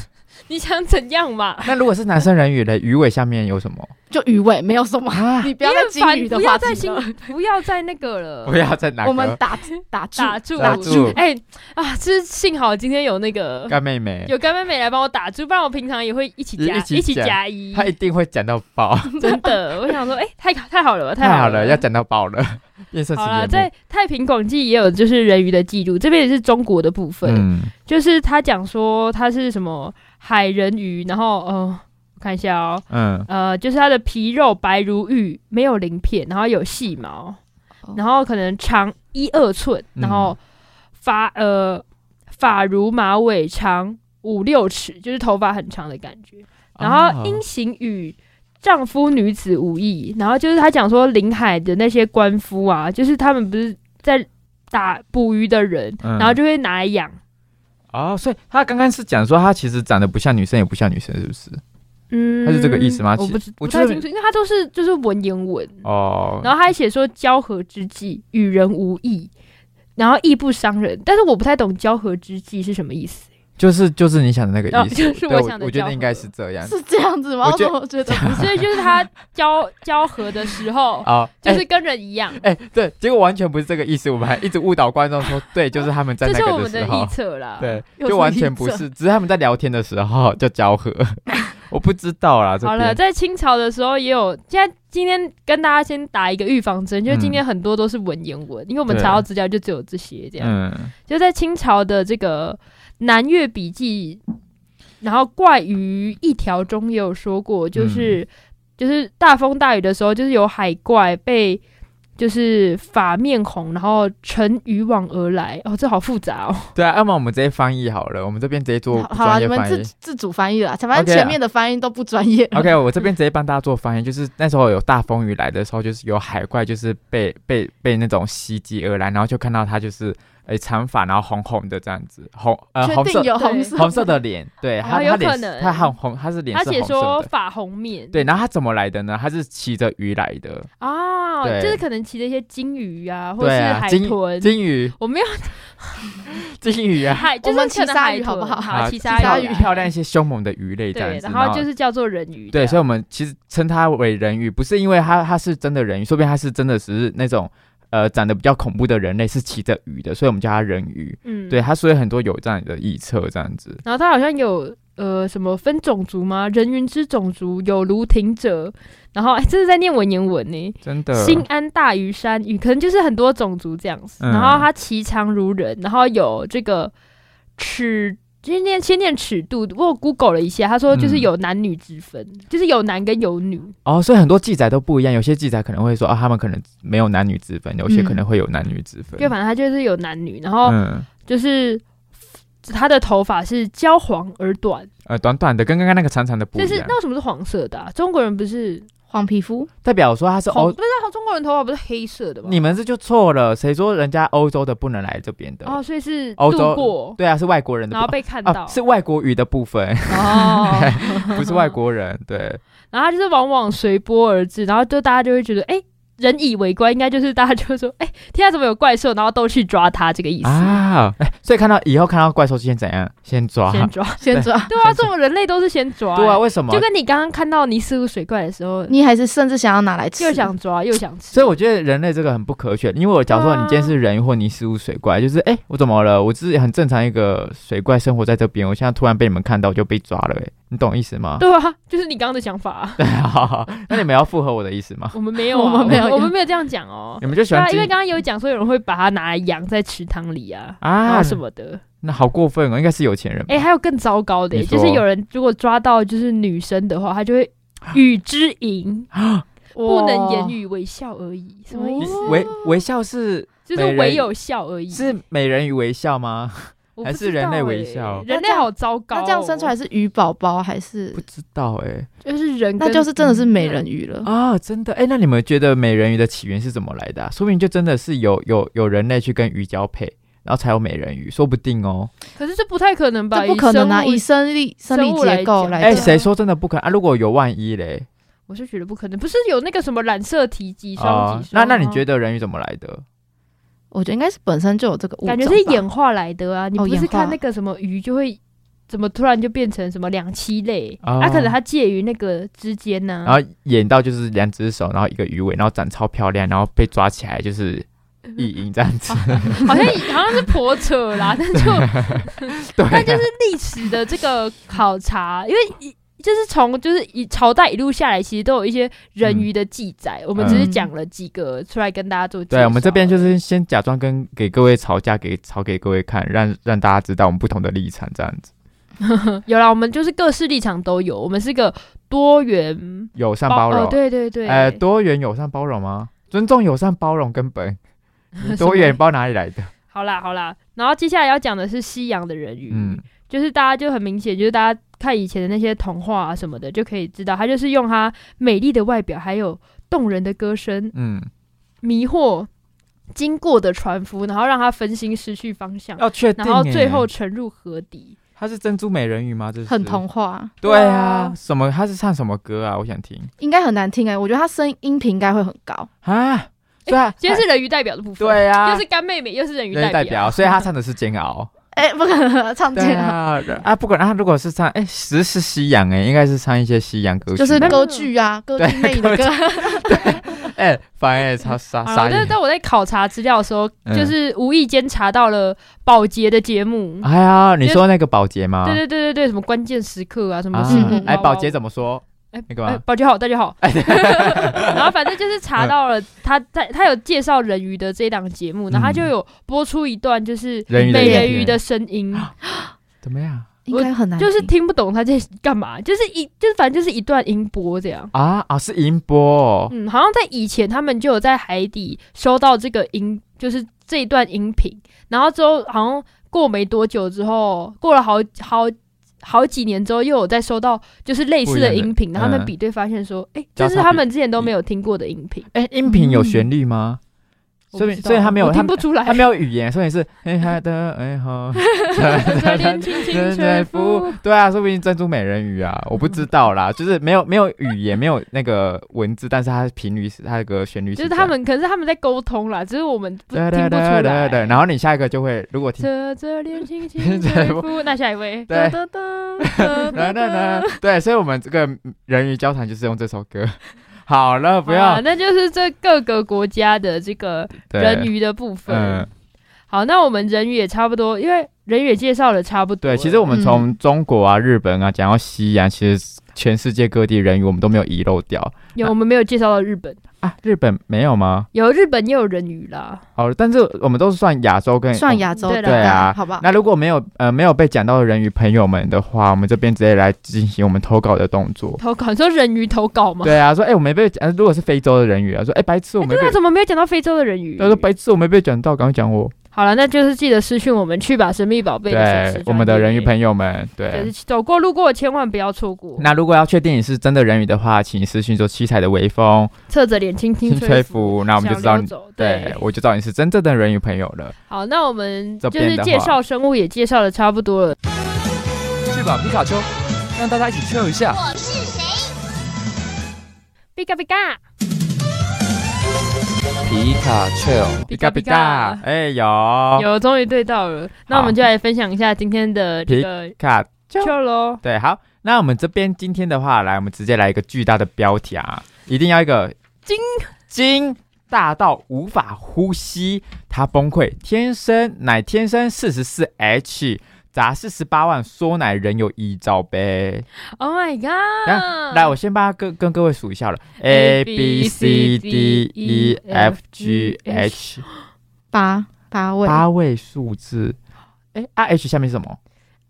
S2: 你想怎样嘛？
S1: 那如果是男生人鱼嘞，鱼尾下面有什么？
S3: 就鱼尾没有 什么，
S1: 啊，
S3: 你不要再
S2: 因为烦
S3: 金鱼的
S2: 不
S3: 话
S2: 要
S3: 题
S2: 再
S3: 了。
S2: 新，不要再那个了。
S1: 不要再拿
S3: 我们打打住，
S2: 打住，
S1: 打住
S2: 哎啊，就是幸好今天有那个
S1: 干妹妹，
S2: 有干妹妹来帮我打住，不然我平常也会一起加
S1: 一起
S2: 起
S1: 讲
S2: 加一，
S1: 她一定会讲到爆，
S2: 真的。 我想说，哎，太太好了吧，
S1: 太
S2: 好
S1: 好了，要讲到爆了，变色情
S2: 好了，
S1: 节目
S2: 在。太平广记也有就是人鱼的记录，这边也是中国的部分，
S1: 嗯，
S2: 就是他讲说他是什么海人鱼，然后呃，我看一下哦，
S1: 嗯，
S2: 呃，就是它的皮肉白如玉，没有鳞片，然后有细毛，
S3: 哦
S2: 然后可能长一二寸，
S1: 嗯
S2: 然后发呃发如马尾，长五六尺，就是头发很长的感觉。然
S1: 啊哦
S2: 后因形与丈夫女子无异。然后就是他讲说，临海的那些官夫啊，就是他们不是在打捕鱼的人，
S1: 嗯
S2: 然后就会拿来养。
S1: 哦，所以她刚刚是讲说她其实长得不像女生，也不像女生，是不是？
S2: 嗯，
S1: 他是这个意思吗
S2: 我不
S1: 其实
S2: 知
S1: 我
S2: 不
S1: 觉
S2: 太
S1: 得
S2: 清楚，因为他都是就是文言文。
S1: 哦，
S2: 然后他还写说，交合之际，与人无异。然后亦不伤人，但是我不太懂“交合之际”是什么意思。
S1: 就是就是你想的那个
S2: 然
S1: 意
S2: 后
S1: 思，
S2: 哦就是
S1: 对，
S2: 我
S1: 我
S2: 想的
S1: 我觉得
S2: 交合
S1: 应该是这样。
S3: 是这样子吗？
S1: 我
S3: 我
S1: 觉
S3: 怎
S1: 得
S3: 么觉得？
S2: 所以就是他 交交合的时候，
S1: 哦，
S2: 就
S1: 哎
S2: 是跟人一样，
S1: 哎，对，结果完全不是这个意思，我们还一直误导观众说，对，就是他们在
S2: 这
S1: 那
S2: 是我
S1: 个
S2: 们
S1: 时
S2: 的啊
S1: 候
S2: 臆，测啦。
S1: 对，
S3: 有
S1: 就
S3: 什
S1: 完
S3: 么
S1: 全
S3: 意
S1: 不
S2: 啊
S3: 思
S1: 是，只是他们在聊天的时候就交 合，我不知道啦。这
S2: 好了，
S1: 边，
S2: 在清朝的时候也有，现在今天跟大家先打一个预防针，
S1: 嗯
S2: 就是今天很多都是文言文，因为我们
S1: 对
S2: 查到资料就只有这些，这样。
S1: 嗯，
S2: 就在清朝的这个《南越笔记》，然后《怪鱼一条》中也有说过，
S1: 嗯
S2: 就是、就是大风大雨的时候，就是有海怪被就是法面红，然后乘渔网而来。哦，这好复杂哦。
S1: 对啊，要么我们直接翻译好了，我们这边直接做
S3: 好
S1: 不
S3: 好
S1: 专
S3: 啊，你
S1: 业
S3: 们
S1: 翻
S3: 自
S1: 译。
S3: 自主翻译了，反正
S1: OK 啊
S3: 前面的翻译都不专业。
S1: OK，我这边直接帮大家做翻译，就是那时候有大风雨来的时候，就是有海怪，就是被被被那种袭击而来，然后就看到它就是诶、长发，然后红红的这样子，红呃
S3: 确
S1: 红
S3: 定
S1: 色
S3: 有
S2: 对
S3: 红色，
S1: 红色的脸，对，它
S2: 哦有
S1: 它脸
S2: 可
S1: 是
S2: 能
S1: 它很红，它是脸
S2: 他
S1: 是
S2: 写
S1: 红
S2: 说
S1: 色的，
S2: 法红面，
S1: 对，然后它怎么来的呢？它是骑着鱼来的，
S2: 啊，
S1: 对
S2: 就是可能骑的一些金鱼啊，或者
S1: 对
S2: 是
S1: 啊，
S2: 海
S1: 金
S2: 豚。
S1: 金鱼
S2: 我没有
S1: 金鱼啊，
S2: 海，就是
S3: 我们
S2: 可能
S3: 骑鲨
S2: 海
S3: 鱼
S2: 豚
S3: 好不好
S2: 好，骑
S3: 鲨
S2: 鲨
S3: 鱼
S2: 啊
S1: 漂亮一些凶猛的鱼类这样
S2: 对，
S1: 子，
S2: 然后就是叫做人鱼。
S1: 对，所以
S2: 以
S1: 我们其实称它为人鱼，不是因为它它是真的人鱼，说不定它是真的只是那种呃长得比较恐怖的人类，是骑着鱼的，所以我们叫它人鱼。
S2: 嗯，
S1: 对，。它所以很多有这样的臆测这样子。
S2: 然后它好像有呃什么分种族吗？人云之种族有如庭者，然后哎，这是在念文言文呢。
S1: 真的，
S2: 新安大鱼山鱼，可能就是很多种族这样子。
S1: 嗯
S2: 然后它其长如人，然后有这个尺。先念先念尺度，我有 Google 了一下，他说就是
S1: 嗯
S2: 有男女之分，就是有男跟有女，
S1: 哦，所以很多记载都不一样，有些记载可能会说啊，他们可能没有男女之分，有些可
S2: 嗯
S1: 能会有男女之分。
S2: 就反正他就是有男女，然后
S1: 嗯，
S2: 就是他的头发是焦黄而短，
S1: 呃，短短的跟刚刚那个长长的不
S2: 就
S1: 一
S2: 是
S1: 样，
S2: 那为什么是黄色的啊、中国人不是
S3: 黄皮肤，
S1: 代表说它是
S2: 红？
S1: 欧
S2: 不，是啊中国人头发不是黑色的吗？
S1: 你们这就错了，谁说人家欧洲的不能来这边的？
S2: 哦，所以是
S1: 欧
S2: 路
S1: 洲
S2: 过，
S1: 对啊，是外国人的
S2: 然后
S1: 不。
S2: 被看到、
S1: 啊，是 外国语的部 分，
S2: 哦，
S1: 不是外国人。对，
S2: 然后他就是往往随波而至，然后就大家就会觉得，哎、人以为怪，应该就是大家就会说，哎、天下怎么有怪兽，然后都去抓他这个意思。
S1: 啊，哎，所以看到以后看到怪兽先怎样？先抓。
S2: 先抓，
S3: 先抓。
S2: 对啊，这种人类都是先抓、欸
S1: 对啊，为什么
S2: 就？跟你刚刚看到尼斯湖水怪的时候，
S3: 你还是甚至想要拿来吃，
S2: 又想抓又想吃，
S1: 所以我觉得人类这个很不可选，因为我假如说
S2: 对啊
S1: 你今天是人或你是污水怪，就是哎、我怎么了？我是很正常一个水怪生活在这边，我现在突然被你们看到，我就被抓了、哎，你懂意思吗？
S2: 对啊，就是你刚刚的想法啊、
S1: 对，好好，那你们要附和我的意思吗？
S2: 我们没有、啊，
S3: 我们没有要
S2: 我们没有这样讲哦。
S1: 你们就喜
S2: 对
S1: 欢
S2: 啊，
S1: 自
S2: 因为
S1: 己
S2: 刚刚有讲说有人会把它拿来养在池塘里啊，然
S1: 啊
S2: 后？什么的。
S1: 那好过分哦，应该是有钱人吧。
S2: 哎、还有更糟糕的、
S1: 你说
S2: 就是有人如果抓到就是女生的话，他就会与之淫，不能言
S3: 语，
S2: 语，微笑而已。什么意
S1: 你
S2: 思？
S3: 哦
S1: 微微笑是
S2: 就是唯有笑而已。
S1: 是美人鱼微笑吗？
S2: 我不知道
S1: 还是人类微
S2: 欸
S1: 笑
S2: 人类好糟糕、哦
S3: 那这样生出来是鱼宝宝还是
S1: 不？知道哎、
S2: 就是人跟，
S3: 那就是真的是美人鱼
S2: 嗯
S3: 了。
S1: 啊，真的哎、那你们觉得美人鱼的起源是怎么来的、啊？说不定就真的是有有有人类去跟鱼交配，然后才有美人鱼，说不定哦。
S2: 可是这不太可能吧？
S3: 这不可能啊！以
S2: 嗯医生，
S3: 生理生理
S2: 生物来
S3: 结构
S2: 讲
S3: 来
S1: 哎、
S2: 对啊
S1: 谁说真的不可能啊？如果有万一嘞
S2: 我是觉得不可能。不是有那个什么染色体几双
S1: 啊
S2: 几，
S1: 那
S2: 双吗、
S1: 那你觉得人鱼怎么来的？
S3: 我觉得应该是本身就有这个物种吧，
S2: 感觉是演化来的啊？你不
S3: 哦
S2: 是
S3: 演化
S2: 看那个什么鱼就会。怎么突然就变成什么两栖类？
S1: 哦
S2: 啊，可能它介于那个之间呢、
S1: 然后演到就是两只手，然后一个鱼尾，然后长超漂亮，然后被抓起来就是
S2: 嗯
S1: 意淫这样 子。
S2: 好像好像是婆 扯啦，但就
S1: 对、啊
S2: 但就是历史的这个考察，因为一就是从就是以朝代一路下来，其实都有一些
S1: 嗯
S2: 人鱼的记载，我们只是讲了几个出来跟大家做介绍。
S1: 对，我们这边就是先假装跟给各位吵架，给吵给各位看，让让大家知道我们不同的立场，这样子
S2: 嗯有啦，我们就是各式立场都有，我们是个多元
S1: 友善包容。
S2: 哦对对对，
S1: 呃， 多元友善包容吗？尊重、友善、包容根本。你多元包哪里来的？
S2: 好啦好啦，然后接下来要讲的是西洋的人鱼，
S1: 嗯，
S2: 就是大家就很明显，就是大家看以前的那些童话啊什么的，就可以知道，他就是用他美丽的外表，还有动人的歌声，
S1: 嗯，
S2: 迷惑经过的船夫，然后让他分心失去方向，
S1: 要确定
S2: 然
S1: 耶。
S2: 后最后沉入河底。
S1: 她是珍珠美人鱼吗？这是
S3: 很童。话，
S1: 对
S2: 对
S1: 啊
S2: 啊，
S1: 什么？她是唱什么歌啊？我想听
S3: 应该很难听哎。我觉得他声音频应该会很高，
S1: 啊。对啊，
S2: 今天是人鱼代表的部分，、
S1: 对啊，
S2: 又是干妹妹，又是人鱼
S1: 人
S2: 代
S1: 鱼代表，所以她唱的是煎熬。
S3: 哎，不可能唱
S1: 对
S3: 这样，
S1: 啊，啊，不管她如果是唱，哎，其实是西洋哎，应该是唱一些西洋歌曲吧。
S3: 就是
S2: 那
S3: 歌剧啊，歌剧魅影的歌，
S1: 哎，反而超傻傻
S2: 好，但
S1: 眼
S2: 是。啊在我在考察资料的时候，
S1: 嗯
S2: 就是无意间查到了保洁的节目。
S1: 哎呀，你说那个保洁吗？
S2: 对对对对对，什么关键时刻啊，什么
S1: 啊
S2: 时空
S3: 嗯
S1: 哎，
S2: 包包
S1: 保洁怎么说？啊
S2: 哎
S1: 那个吗
S2: 哎保洁好，大家好。然后反正就是查到了他在他有介绍人鱼的这一档节目，然后他就有播出一段就是
S1: 人鱼的啊
S2: 美
S1: 影
S2: 人
S1: 片
S2: 鱼的声音，
S1: 怎么样？
S3: 应该很难 听，
S2: 就是听不懂他在干嘛，就是一就是反正就是一段音波这样。
S1: 啊啊，是银波
S2: 嗯，好像在以前他们就有在海底收到这个音，就是这一段音频，然后之后好像过没多久之后，过了好好好几年之后，又有再收到就是类似的音
S1: 不一
S2: 频，
S1: 样的
S2: 然后他
S1: 嗯
S2: 们比对发现说，哎、
S1: 交
S2: 这
S1: 叉
S2: 是他们之前都没有听过的音频，
S1: 哎、音频有旋律吗？
S2: 我
S1: 所
S2: 不
S1: 以
S2: 知道
S1: 所以他没有
S2: 我
S1: 他
S2: 听不出来，
S1: 他没 有语言，所以是哎嗨的哎吼，
S2: 有年轻轻吹拂，
S1: 对啊，说不定珍珠美人鱼啊，我不知道 啦，就是没有没有语言，没有那个文字，但是它频率是它那个旋律
S2: 就是是
S1: 这
S2: 他
S1: 样。
S2: 们，可是他们在沟通啦，只是我们不
S1: 哒
S2: 听不
S1: 哒
S2: 出
S1: 哒
S2: 来
S1: 哒。哒，然后你下一个就会，如果 听
S2: 这这恋 情轻吹拂，那下一位，
S1: 对
S2: 哒哒哒
S1: 哒
S2: 哒
S1: 哒
S2: 哒
S1: 哒，对，所以我们这个人鱼交谈就是用这首歌。好了，不
S2: 啊
S1: 要
S2: 那就是这各个国家的这个
S1: 对
S2: 人鱼的部分。
S1: 嗯，
S2: 好，那我们人鱼也差不多，因为人鱼也介绍了差不多了。
S1: 对，其实我们从中国啊、日本啊讲到西洋，其实全世界各地人鱼我们都没有遗漏掉。
S2: 有我们没有介绍到日本，
S1: 啊，日本没有吗？
S2: 有日本也有人鱼啦。
S1: 哦，但是我们都是算亚洲跟
S3: 算、亚洲
S2: 对啦
S1: 哎对啊
S3: 好不
S1: 哦
S3: 好？
S1: 那如果没有呃没有被讲到的人鱼朋友们的话，我们这边直接来进行我们投稿的动作。
S2: 投稿，你说人鱼投稿吗？
S1: 对啊，说哎、我没被讲，如果是非洲的人鱼啊，说哎、白痴我没被
S2: 那，怎么没有讲到非洲的人鱼？
S1: 他说白痴我没被讲到，赶快讲我。
S2: 好了，那就是记得私讯我们去吧，神秘宝贝的粉
S1: 对
S2: 丝，
S1: 我们的人鱼
S2: 友，
S1: 朋友们，
S2: 就
S1: 对。
S2: 是走过路过千万不要错过。
S1: 那如果要确定你是真的人鱼的话，请私信说七彩的微风，
S2: 侧着脸轻轻
S1: 请吹
S2: 拂，
S1: 拂，那我们就知道你
S2: 想，溜走
S1: 对
S2: 对，
S1: 我就知道你是真正的人鱼朋友了。
S2: 好，那我们
S1: 这
S2: 就
S1: 边
S2: 是
S1: 的
S2: 介
S1: 话
S2: 绍生物也介绍的差不多了。
S4: 去吧，皮卡丘，让大家一起 chill 一下。
S5: 我是谁？
S2: 比嘎比嘎，
S4: 皮卡丘，
S1: 比嘎比嘎，哎有
S2: 有，终于对到了。那我们就来分享一下今天的这个
S1: 卡丘
S2: 球喽。
S1: 对，好，那我们这边今天的话，来，我们直接来一个巨大的标题啊，一定要一个
S2: 惊
S1: 惊大到无法呼吸，他崩溃，天生乃天生四十四 H 砸四十八万，说奶人有一兆杯。
S2: Oh my god！
S1: 来，我先帮他跟跟各位数一下了，A
S2: 嗯 A,
S1: B
S2: B,
S1: C D
S2: C, D,
S1: E
S2: E,
S1: F
S2: F,
S1: G
S2: G,
S1: H
S3: 八八位，
S1: 八位数字。哎，R H 下面是什么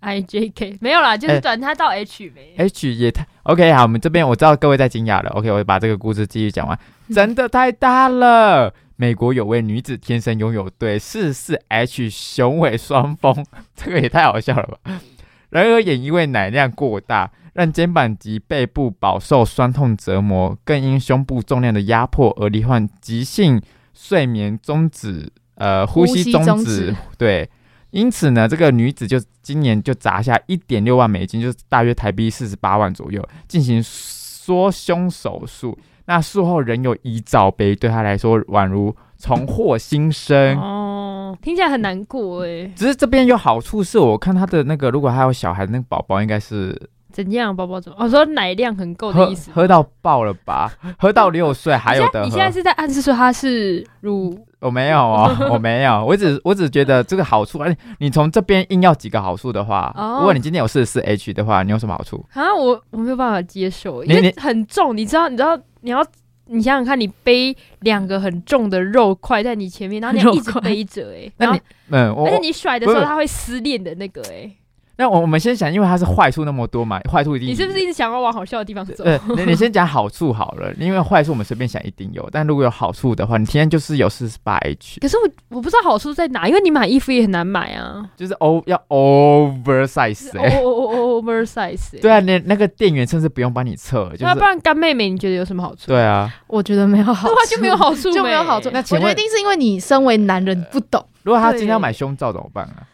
S2: I J K 没有啦，就
S1: 哎
S2: 是转他到 H 呗。
S1: ？H 哎也太 OK。好，我们这边我知道各位在惊讶了。OK，我把这个故事继续讲完。真的太大了。美国有位女子天生拥有对四四 H 雄伟双峰，这个也太好笑了吧！然而也因为奶量过大，让肩膀及背部饱受酸痛折磨，更因胸部重量的压迫而罹患急性睡眠中止，呃，呼吸中止。
S3: 呼吸中止
S1: 对，因此呢，这个女子就今年就砸下一点六万美金，就是大约台币四十八万左右，进行缩胸手术。那术后仍有一罩杯，对她来说宛如重获新生。
S2: 哦，听起来很难过哎。
S1: 只是这边有好处是，我看她的那个，如果还有小孩，那个宝宝应该是
S2: 怎样，宝宝怎么？我、哦、说奶量很够的
S1: 喝
S2: 意思。
S1: 喝到爆了 吧？喝到六岁还有的
S2: 嗯你现在你
S1: 喝
S2: 现？在是在暗示说他是乳
S1: 我没有哦，我没有，我只我只觉得这个好处，而且你从这边硬要几个好处的话，
S2: 哦
S1: 如果你今天有四十四 H 的话，你有什么好处？
S2: 啊？我我没有办法接受，
S1: 你
S2: 因为
S1: 你
S2: 很重，你知道，你知道你要。你想想看，你背两个很重的肉块在你前面，然后你要一直
S3: 肉块
S2: 背着、欸，
S1: 那
S2: 哎，
S1: 你
S2: 然后
S1: 嗯，
S2: 而且
S1: 我
S2: 你甩的时
S1: 不
S2: 候
S1: 是
S2: 它会撕裂的那个、欸，
S1: 那我我们先想，因为它是坏处那么多嘛，坏处一
S2: 哎，
S1: 定
S2: 你是不是一直想要往好笑的地方走？
S1: 呃， 你你先讲好处好了，因为坏处我们随便想一定有，但如果有好处的话，你今天就是有四十八 H，
S2: 可是我我不知道好处在哪，因为你买衣服也很难买啊。
S1: 就是 o 要 oversize 哎、
S2: 哦哦哦 oversize，欸
S1: 对啊，那那个店员甚至不用帮你测，就
S2: 那不
S1: 是
S2: 然干妹妹你觉得有什么好处？
S1: 对啊。
S3: 我觉得没有好
S2: 对
S3: 处，
S2: 啊，就没有好处，
S3: 就没有好处。
S2: 那
S1: 请
S3: 我觉得
S1: 问
S3: 一定是因为你身为男人你不懂，
S1: 如果他今天要买胸罩怎么办 啊？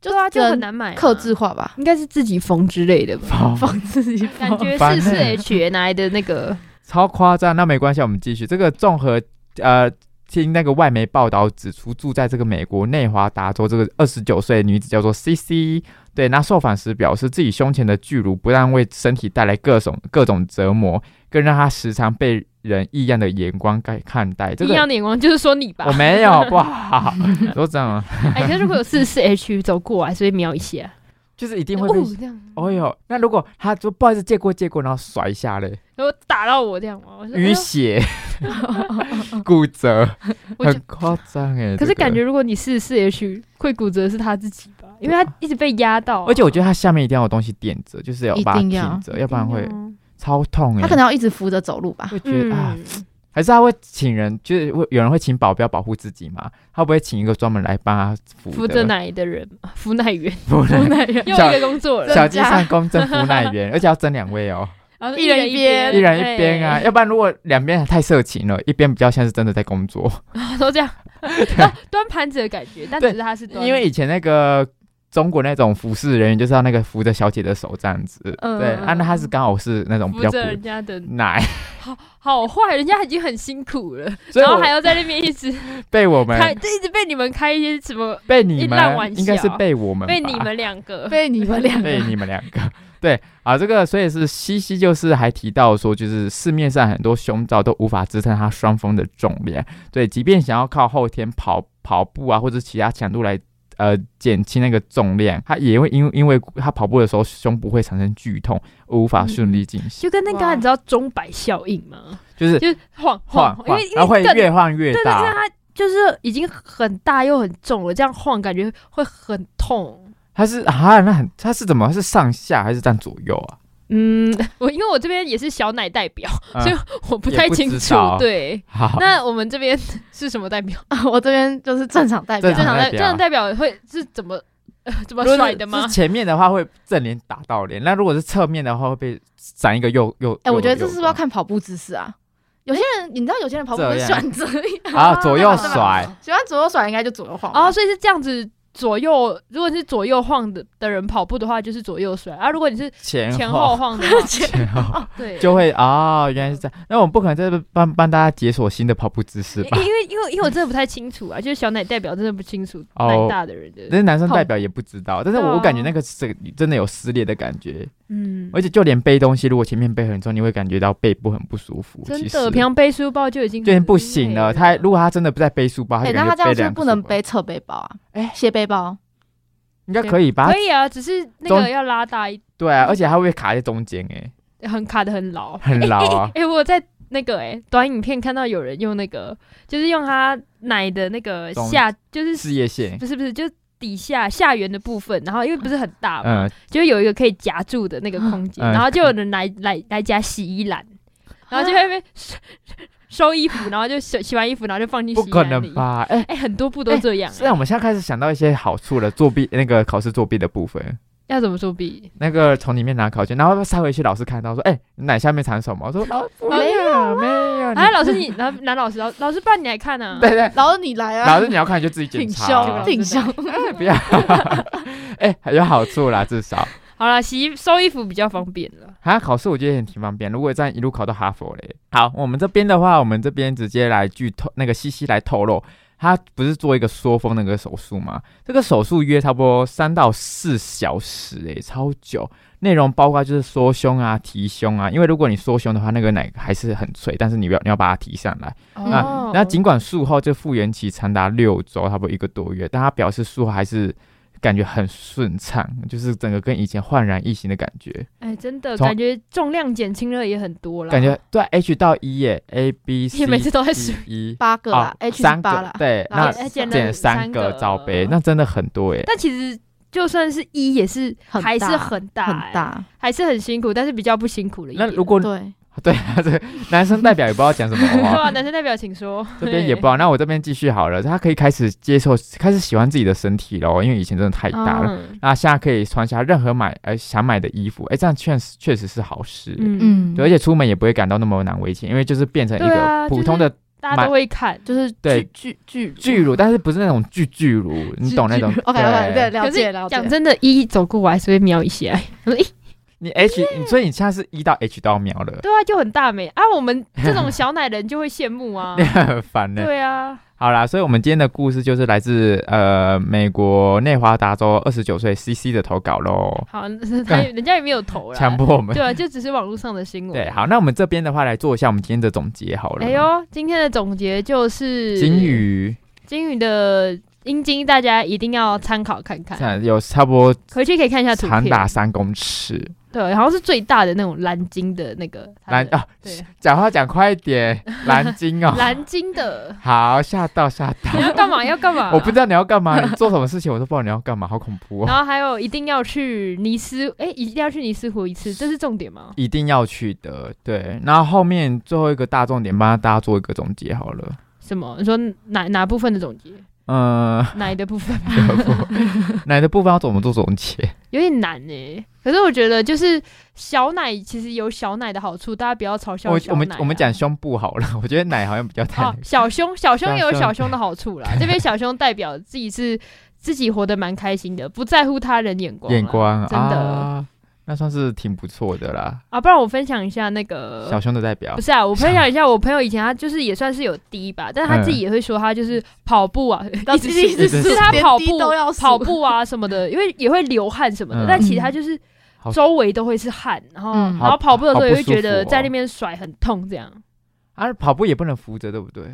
S2: 就啊，就
S3: 只能
S2: 很难买、啊，
S3: 克制化吧，
S2: 应该是自己缝之类的吧。
S1: 好
S3: 放自己
S2: 感
S3: 放。
S2: 觉
S1: 烦
S2: 是是
S1: 欸
S2: H 拿来的那个，
S1: 超夸张，那没关系，我们继续。这个综合呃，听那个外媒报道指出，住在这个美国内华达州这个二十九岁的女子叫做 C C，对，那受访时表示，自己胸前的巨乳不但为身体带来各种各种折磨，更让她时常被人异样的眼光看看待。这
S2: 异样
S1: 个哦
S2: 的眼光就是说你吧
S1: 我。没有不好，都这 样，啊
S2: 哎，可是如果有四四 H 走过来，所以瞄一下，
S1: 就是一定 会
S2: 哦
S1: 被。
S2: 这样，
S1: 哦哟，那如果他说不好意思借过借过，然后甩一下嘞，
S2: 然后打到我这样嘛，我说哎
S1: 淤
S2: 呦
S1: 血、骨折，
S2: 我就
S1: 很夸张哎。
S2: 可
S1: 这个
S2: 是感觉如果你四四 H 会骨折是他自己吧，因为他一直被压到啊，
S1: 而且我觉得它下面一定要有东西垫着，就是要把它
S3: 一定要
S1: 挺着，要不然会
S2: 对啊
S1: 超痛哎、
S3: 他可能要一直扶着走路吧，
S1: 会觉得、啊，
S2: 嗯，
S1: 还是他会请人，就是会有人会请保镖保护自己嘛？他不会请一个专门来帮他扶
S2: 扶着
S1: 的
S2: 奶的人，扶 奶员，
S1: 扶
S3: 不
S1: 奶
S3: 能人
S2: 又
S1: 小
S2: 一个工作了，
S1: 小鸡上公正扶奶员，而且要争两位哦，
S2: 然后
S3: 一人
S2: 人
S3: 一
S2: 边，
S3: 边
S1: 一人一边啊，
S2: 哎，
S1: 要不然如果两边太色情了，一边比较像是真的在工作，
S2: 都这样，啊端盘子的感觉，但
S1: 对
S2: 只是他是端
S1: 因为以前那个。中国那种服侍人员就是要那个扶着小姐的手这样子，
S2: 嗯
S1: 对，
S2: 嗯
S1: 啊，那他是刚好是那种比
S2: 扶
S1: 较
S2: 着
S1: 不
S2: 人家的
S1: 奶，
S2: 好坏，人家已经很辛苦了，
S1: 所以
S2: 然后
S1: 我
S2: 还要在那边一直
S1: 被我们
S2: 开，一直被你们开一些什么，
S1: 被你
S2: 一烂玩
S1: 们应该是
S2: 笑
S1: 被我们
S2: 被
S1: 吧
S2: 你们两个，
S3: 被你们两
S1: 被
S3: 个
S1: 你们两个。对啊，这个所以是西西，就是还提到说，就是市面上很多胸罩都无法支撑它双峰的重量，对，即便想要靠后天跑跑步啊，或者其他强度来呃减轻那个重量，它也会因为因为它跑步的时候胸部会产生剧痛，无法顺利进行，
S2: 就跟那个啊
S3: 哇
S2: 你知道钟摆效应吗？
S1: 就是
S2: 就是晃
S1: 晃
S2: 因
S1: 晃
S2: 为，因
S1: 然后
S2: 为
S1: 会
S2: 更
S1: 越晃越
S2: 对对，因为
S1: 大，
S2: 它就是已经很大又很重了，这样晃感觉会很痛。
S1: 它是啊，那很它是怎么是上下还是站左右啊？
S2: 嗯，我因为我这边也是小奶代表，
S1: 嗯
S2: 所以我不太清
S1: 也不知
S2: 楚
S1: 道。
S2: 对，
S1: 好，
S2: 那我们这边 是什么代表？
S3: 我这边就是正常代表
S1: 正，
S2: 正常代
S1: 代表
S2: 正常代表会是怎么呃怎么
S1: 如果
S2: 甩
S1: 是
S2: 的吗
S1: 是？前面的话会正脸打到脸，那如果是侧面的话会被闪一个右右。
S3: 哎，我觉得
S1: 右
S3: 这是不是要看跑步姿势啊？有些人你知道，有些人跑步
S1: 这
S3: 会
S1: 样
S3: 喜欢这样，
S1: 右啊左右
S2: 啊
S1: 甩，
S3: 喜欢左右甩，应该就左右晃吧。
S2: 哦，所以是这样子。左右，如果你是左右晃的的人跑步的话，就是左右甩啊；如果你是
S1: 前
S2: 前后 晃的话，
S1: 前后
S2: 对，
S1: 就会啊、原来是这样。那我们不可能在这帮帮大家解锁新的跑步姿 势吧？
S2: 因为因为因为我真的不太清楚啊，就是小奶代表真的不清楚
S1: 哦
S2: 奶大的人的，
S1: 那男生代表也不知道，但是
S2: 对
S1: 我
S2: 啊
S1: 我感觉那个是真的有撕裂的感觉，
S2: 嗯，
S1: 而且就连背东西，如果前面背很重，你会感觉到背部很不舒服。
S2: 真
S1: 其实
S2: 的，平常背书包就已经
S1: 就已经
S2: 很
S1: 不行
S2: 累了。
S1: 了。他如果他真的不在背书包，他就
S3: 哎，那
S1: 感
S3: 他
S1: 觉
S3: 这
S1: 背两
S3: 样是不是
S1: 个
S3: 不能
S1: 书包
S3: 背侧背包啊？
S1: 哎
S3: 斜背包，
S1: 应该可以吧
S2: 可？以啊，只是那
S1: 中
S2: 个要拉大一，
S1: 对啊，而且它会被卡在中间，哎，
S2: 很卡的很牢。
S1: 很牢 啊。
S2: 哎、我有在那个哎、短影片看到有人用那个，就是用他奶的那个
S1: 懂
S2: 下，就是
S1: 事业线，
S2: 不是不是，就是底下下缘的部分，然后因为不是很大嘛，
S1: 嗯，
S2: 就有一个可以夹住的那个空间，
S1: 嗯
S2: 然后就有人来来来夹洗衣篮，
S3: 啊
S2: 然后就在那边收收衣服，然后就洗洗完衣服，然后就放进洗
S1: 不
S2: 衣
S1: 可
S2: 篮里
S1: 能。吧？啊哎，
S2: 哎、很多部都这样、
S1: 虽然我们现在开始想到一些好处了，作弊那个考试作弊的部分，
S2: 哎要怎么作弊？
S1: 那个从里面拿考卷，然后塞回去，老师看到说，哎，你奶下面藏什么？我说老师没有没有，你
S2: 哎、老师你，然后男老师，老老师，不然你来看呢、啊？
S1: 嗯对对，
S3: 然后你来啊，
S1: 老师你要看你就自己检
S3: 挺
S1: 查
S2: 这
S1: 啊
S3: 凶，
S2: 个，
S3: 挺凶，
S1: 不要，哎，还有好处啦，至少。
S2: 好了，洗衣收衣服比较方便了。
S1: 啊，考试我觉得也挺方便。如果这样一路考到哈佛嘞，好，我们这边的话，我们这边直接来剧透那个西西来透露，他不是做一个缩风那个手术吗？这个手术约差不多三到四小时、欸，诶，超久。内容包括就是缩胸啊、提胸啊，因为如果你缩胸的话，那个奶还是很脆，但是你要你要把它提上来。
S3: 嗯
S2: 哦
S1: 啊那尽管术后这复原期长达六周，差不多一个多月，但他表示术后还是感觉很顺畅，就是整个跟以前焕然一新的感觉。
S2: 哎，真的
S1: 从
S2: 感觉重量减轻了也很多了，
S1: 感觉对 H 到 E 耶，A B C
S2: 你每次都在
S1: D
S2: 数
S1: E
S3: 八个啦
S1: 哦
S3: ，H
S1: 三
S3: 八
S1: 个
S3: 啦，
S1: 对，
S3: 然
S1: 那
S3: 后
S2: 也减了
S1: 减三
S2: 三
S1: 个
S2: 个
S1: 罩杯，
S3: 嗯
S1: 那真的很多哎。
S2: 但其实就算是一也是
S3: 很
S2: 还是
S3: 大
S2: 很大、
S3: 很
S2: 哎，
S3: 大，
S2: 还是很辛苦，但是比较不辛苦了一点。
S1: 那如果
S3: 对，
S1: 对啊，这个男生代表也不知道讲什么
S2: 对
S1: 哦，
S2: 啊，男生代表请说，
S1: 这边也不知道。那我这边继续好了，他可以开始接受，开始喜欢自己的身体咯，因为以前真的太大了。
S2: 嗯
S1: 那现在可以穿下任何买呃想买的衣服，哎，这样确实确实是好事。
S2: 嗯，
S3: 嗯，
S1: 对，而且出门也不会感到那么难为情，因为就是变成一
S2: 对
S1: 个
S2: 啊
S1: 普
S2: 就是
S1: 通的
S2: 大家都会看。
S3: 就是
S1: 对
S3: 巨巨
S1: 巨乳，但是不是那种巨巨乳，你懂那种
S3: OK OK，对，了解了解。
S2: 讲真的，一走过我还是会瞄一 下。我说，咦，
S1: 你 H，你所以你现在是一到 H 到秒了，
S2: 对啊，就很大美啊。我们这种小奶人就会羡慕啊
S1: 你。 很烦呢。
S2: 对啊，
S1: 好啦，所以我们今天的故事就是来自呃美国内华达州二十九岁 CC 的投稿喽，
S2: 好， 他人家也没有投
S1: 强
S2: 啦。
S1: 迫我们。
S2: 对啊，就只是网络上的新闻。
S1: 对，好，那我们这边的话来做一下我们今天的总结好了。
S2: 哎，呦，今天的总结就是
S1: 金，鱼
S2: 金鱼的阴茎大家一定要参考看看，
S1: 呃看有差不多
S2: 回去可以看一下图
S1: 长达
S2: 片。
S1: 三公尺，
S2: 对，好像是最大的那种蓝鲸的那个它
S1: 蓝
S2: 的
S1: 啊
S2: 对，
S1: 讲话讲快一 点，蓝鲸哦，
S2: 蓝鲸的。
S1: 好吓到吓 到，
S2: 你要干嘛？要干嘛？
S1: 我不知道你要干嘛，你做什么事情我都不知道你要干嘛，好恐怖哦，
S2: 然后还有一定要去尼斯，哎、一定要去尼斯湖一次，这是重点吗？
S1: 一定要去的，对。然后后面最后一个大重点，帮大家做一个总结好了。
S2: 什么？你说哪哪部分的总结？
S1: 嗯，
S2: 哪一的部分？
S1: 奶的部分要怎么做总结？
S2: 有点难哎、可是我觉得就是小奶其实有小奶的好处，大家不要嘲笑
S1: 我
S2: 小
S1: 我们
S2: 奶啊
S1: 我们讲胸部好了， 我觉得奶好像比较太
S2: 哦，小胸小胸也有
S1: 小
S2: 小
S1: 胸
S2: 胸的好处 啦。这边小胸代表自己是自己活得蛮开心的，不在乎他人眼光啦。
S1: 眼光
S2: 真的
S1: 啊，那算是挺不错的啦。
S2: 啊，不然我分享一下那个
S1: 小胸的代表
S2: 呃不，是啊，我分享一下，我朋友以前他就是也算是有低吧，但是他自己也会说他就是跑步啊，
S3: 到
S2: 一
S3: 底
S2: 直
S3: 是
S2: 是
S1: 一直
S2: 是他跑
S3: 连
S2: 步
S3: 低都要数
S2: 跑步啊什么的，因为也会流汗什么的，
S1: 嗯
S2: 但其实他就是
S1: 好
S2: 周围都会是汗，然后
S3: 嗯
S2: 然后跑步的时候也
S1: 好不
S2: 会
S1: 舒服
S2: 觉得
S1: 哦
S2: 在那边甩很痛这样。
S1: 啊，跑步也不能扶着，对不对？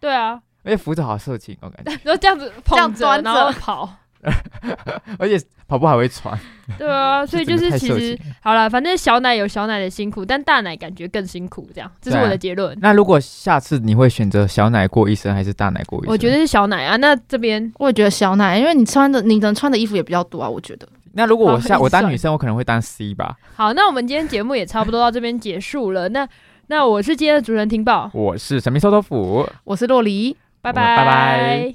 S2: 对啊，
S1: 而且扶着好色情，我哦感觉，
S2: 然后这样子捧
S3: 这样端着
S2: 然后跑，
S1: 而且跑步还会喘，
S2: 对啊，所以就
S1: 这
S2: 是
S1: 个太
S2: 其
S1: 色
S2: 实
S1: 情了
S2: 好了，反正小奶有小奶的辛苦，但大奶感觉更辛苦，这样这是
S1: 对啊
S2: 我的结论。
S1: 那如果下次你会选择小奶过一生还是大奶过一生？
S2: 我觉得是小奶啊，那这边
S3: 我也觉得小奶，因为你穿的你能穿的衣服也比较多啊，我觉得。
S1: 那如果我
S2: 好
S1: 下
S2: 一直
S1: 我当
S2: 算
S1: 女生，我可能会当 C 吧。
S2: 好，那我们今天节目也差不多到这边结束了。那那我是今天的主持人婷宝，
S1: 我是神秘臭豆腐。
S3: 我是洛黎。
S2: 拜
S1: 我们拜拜
S2: 拜。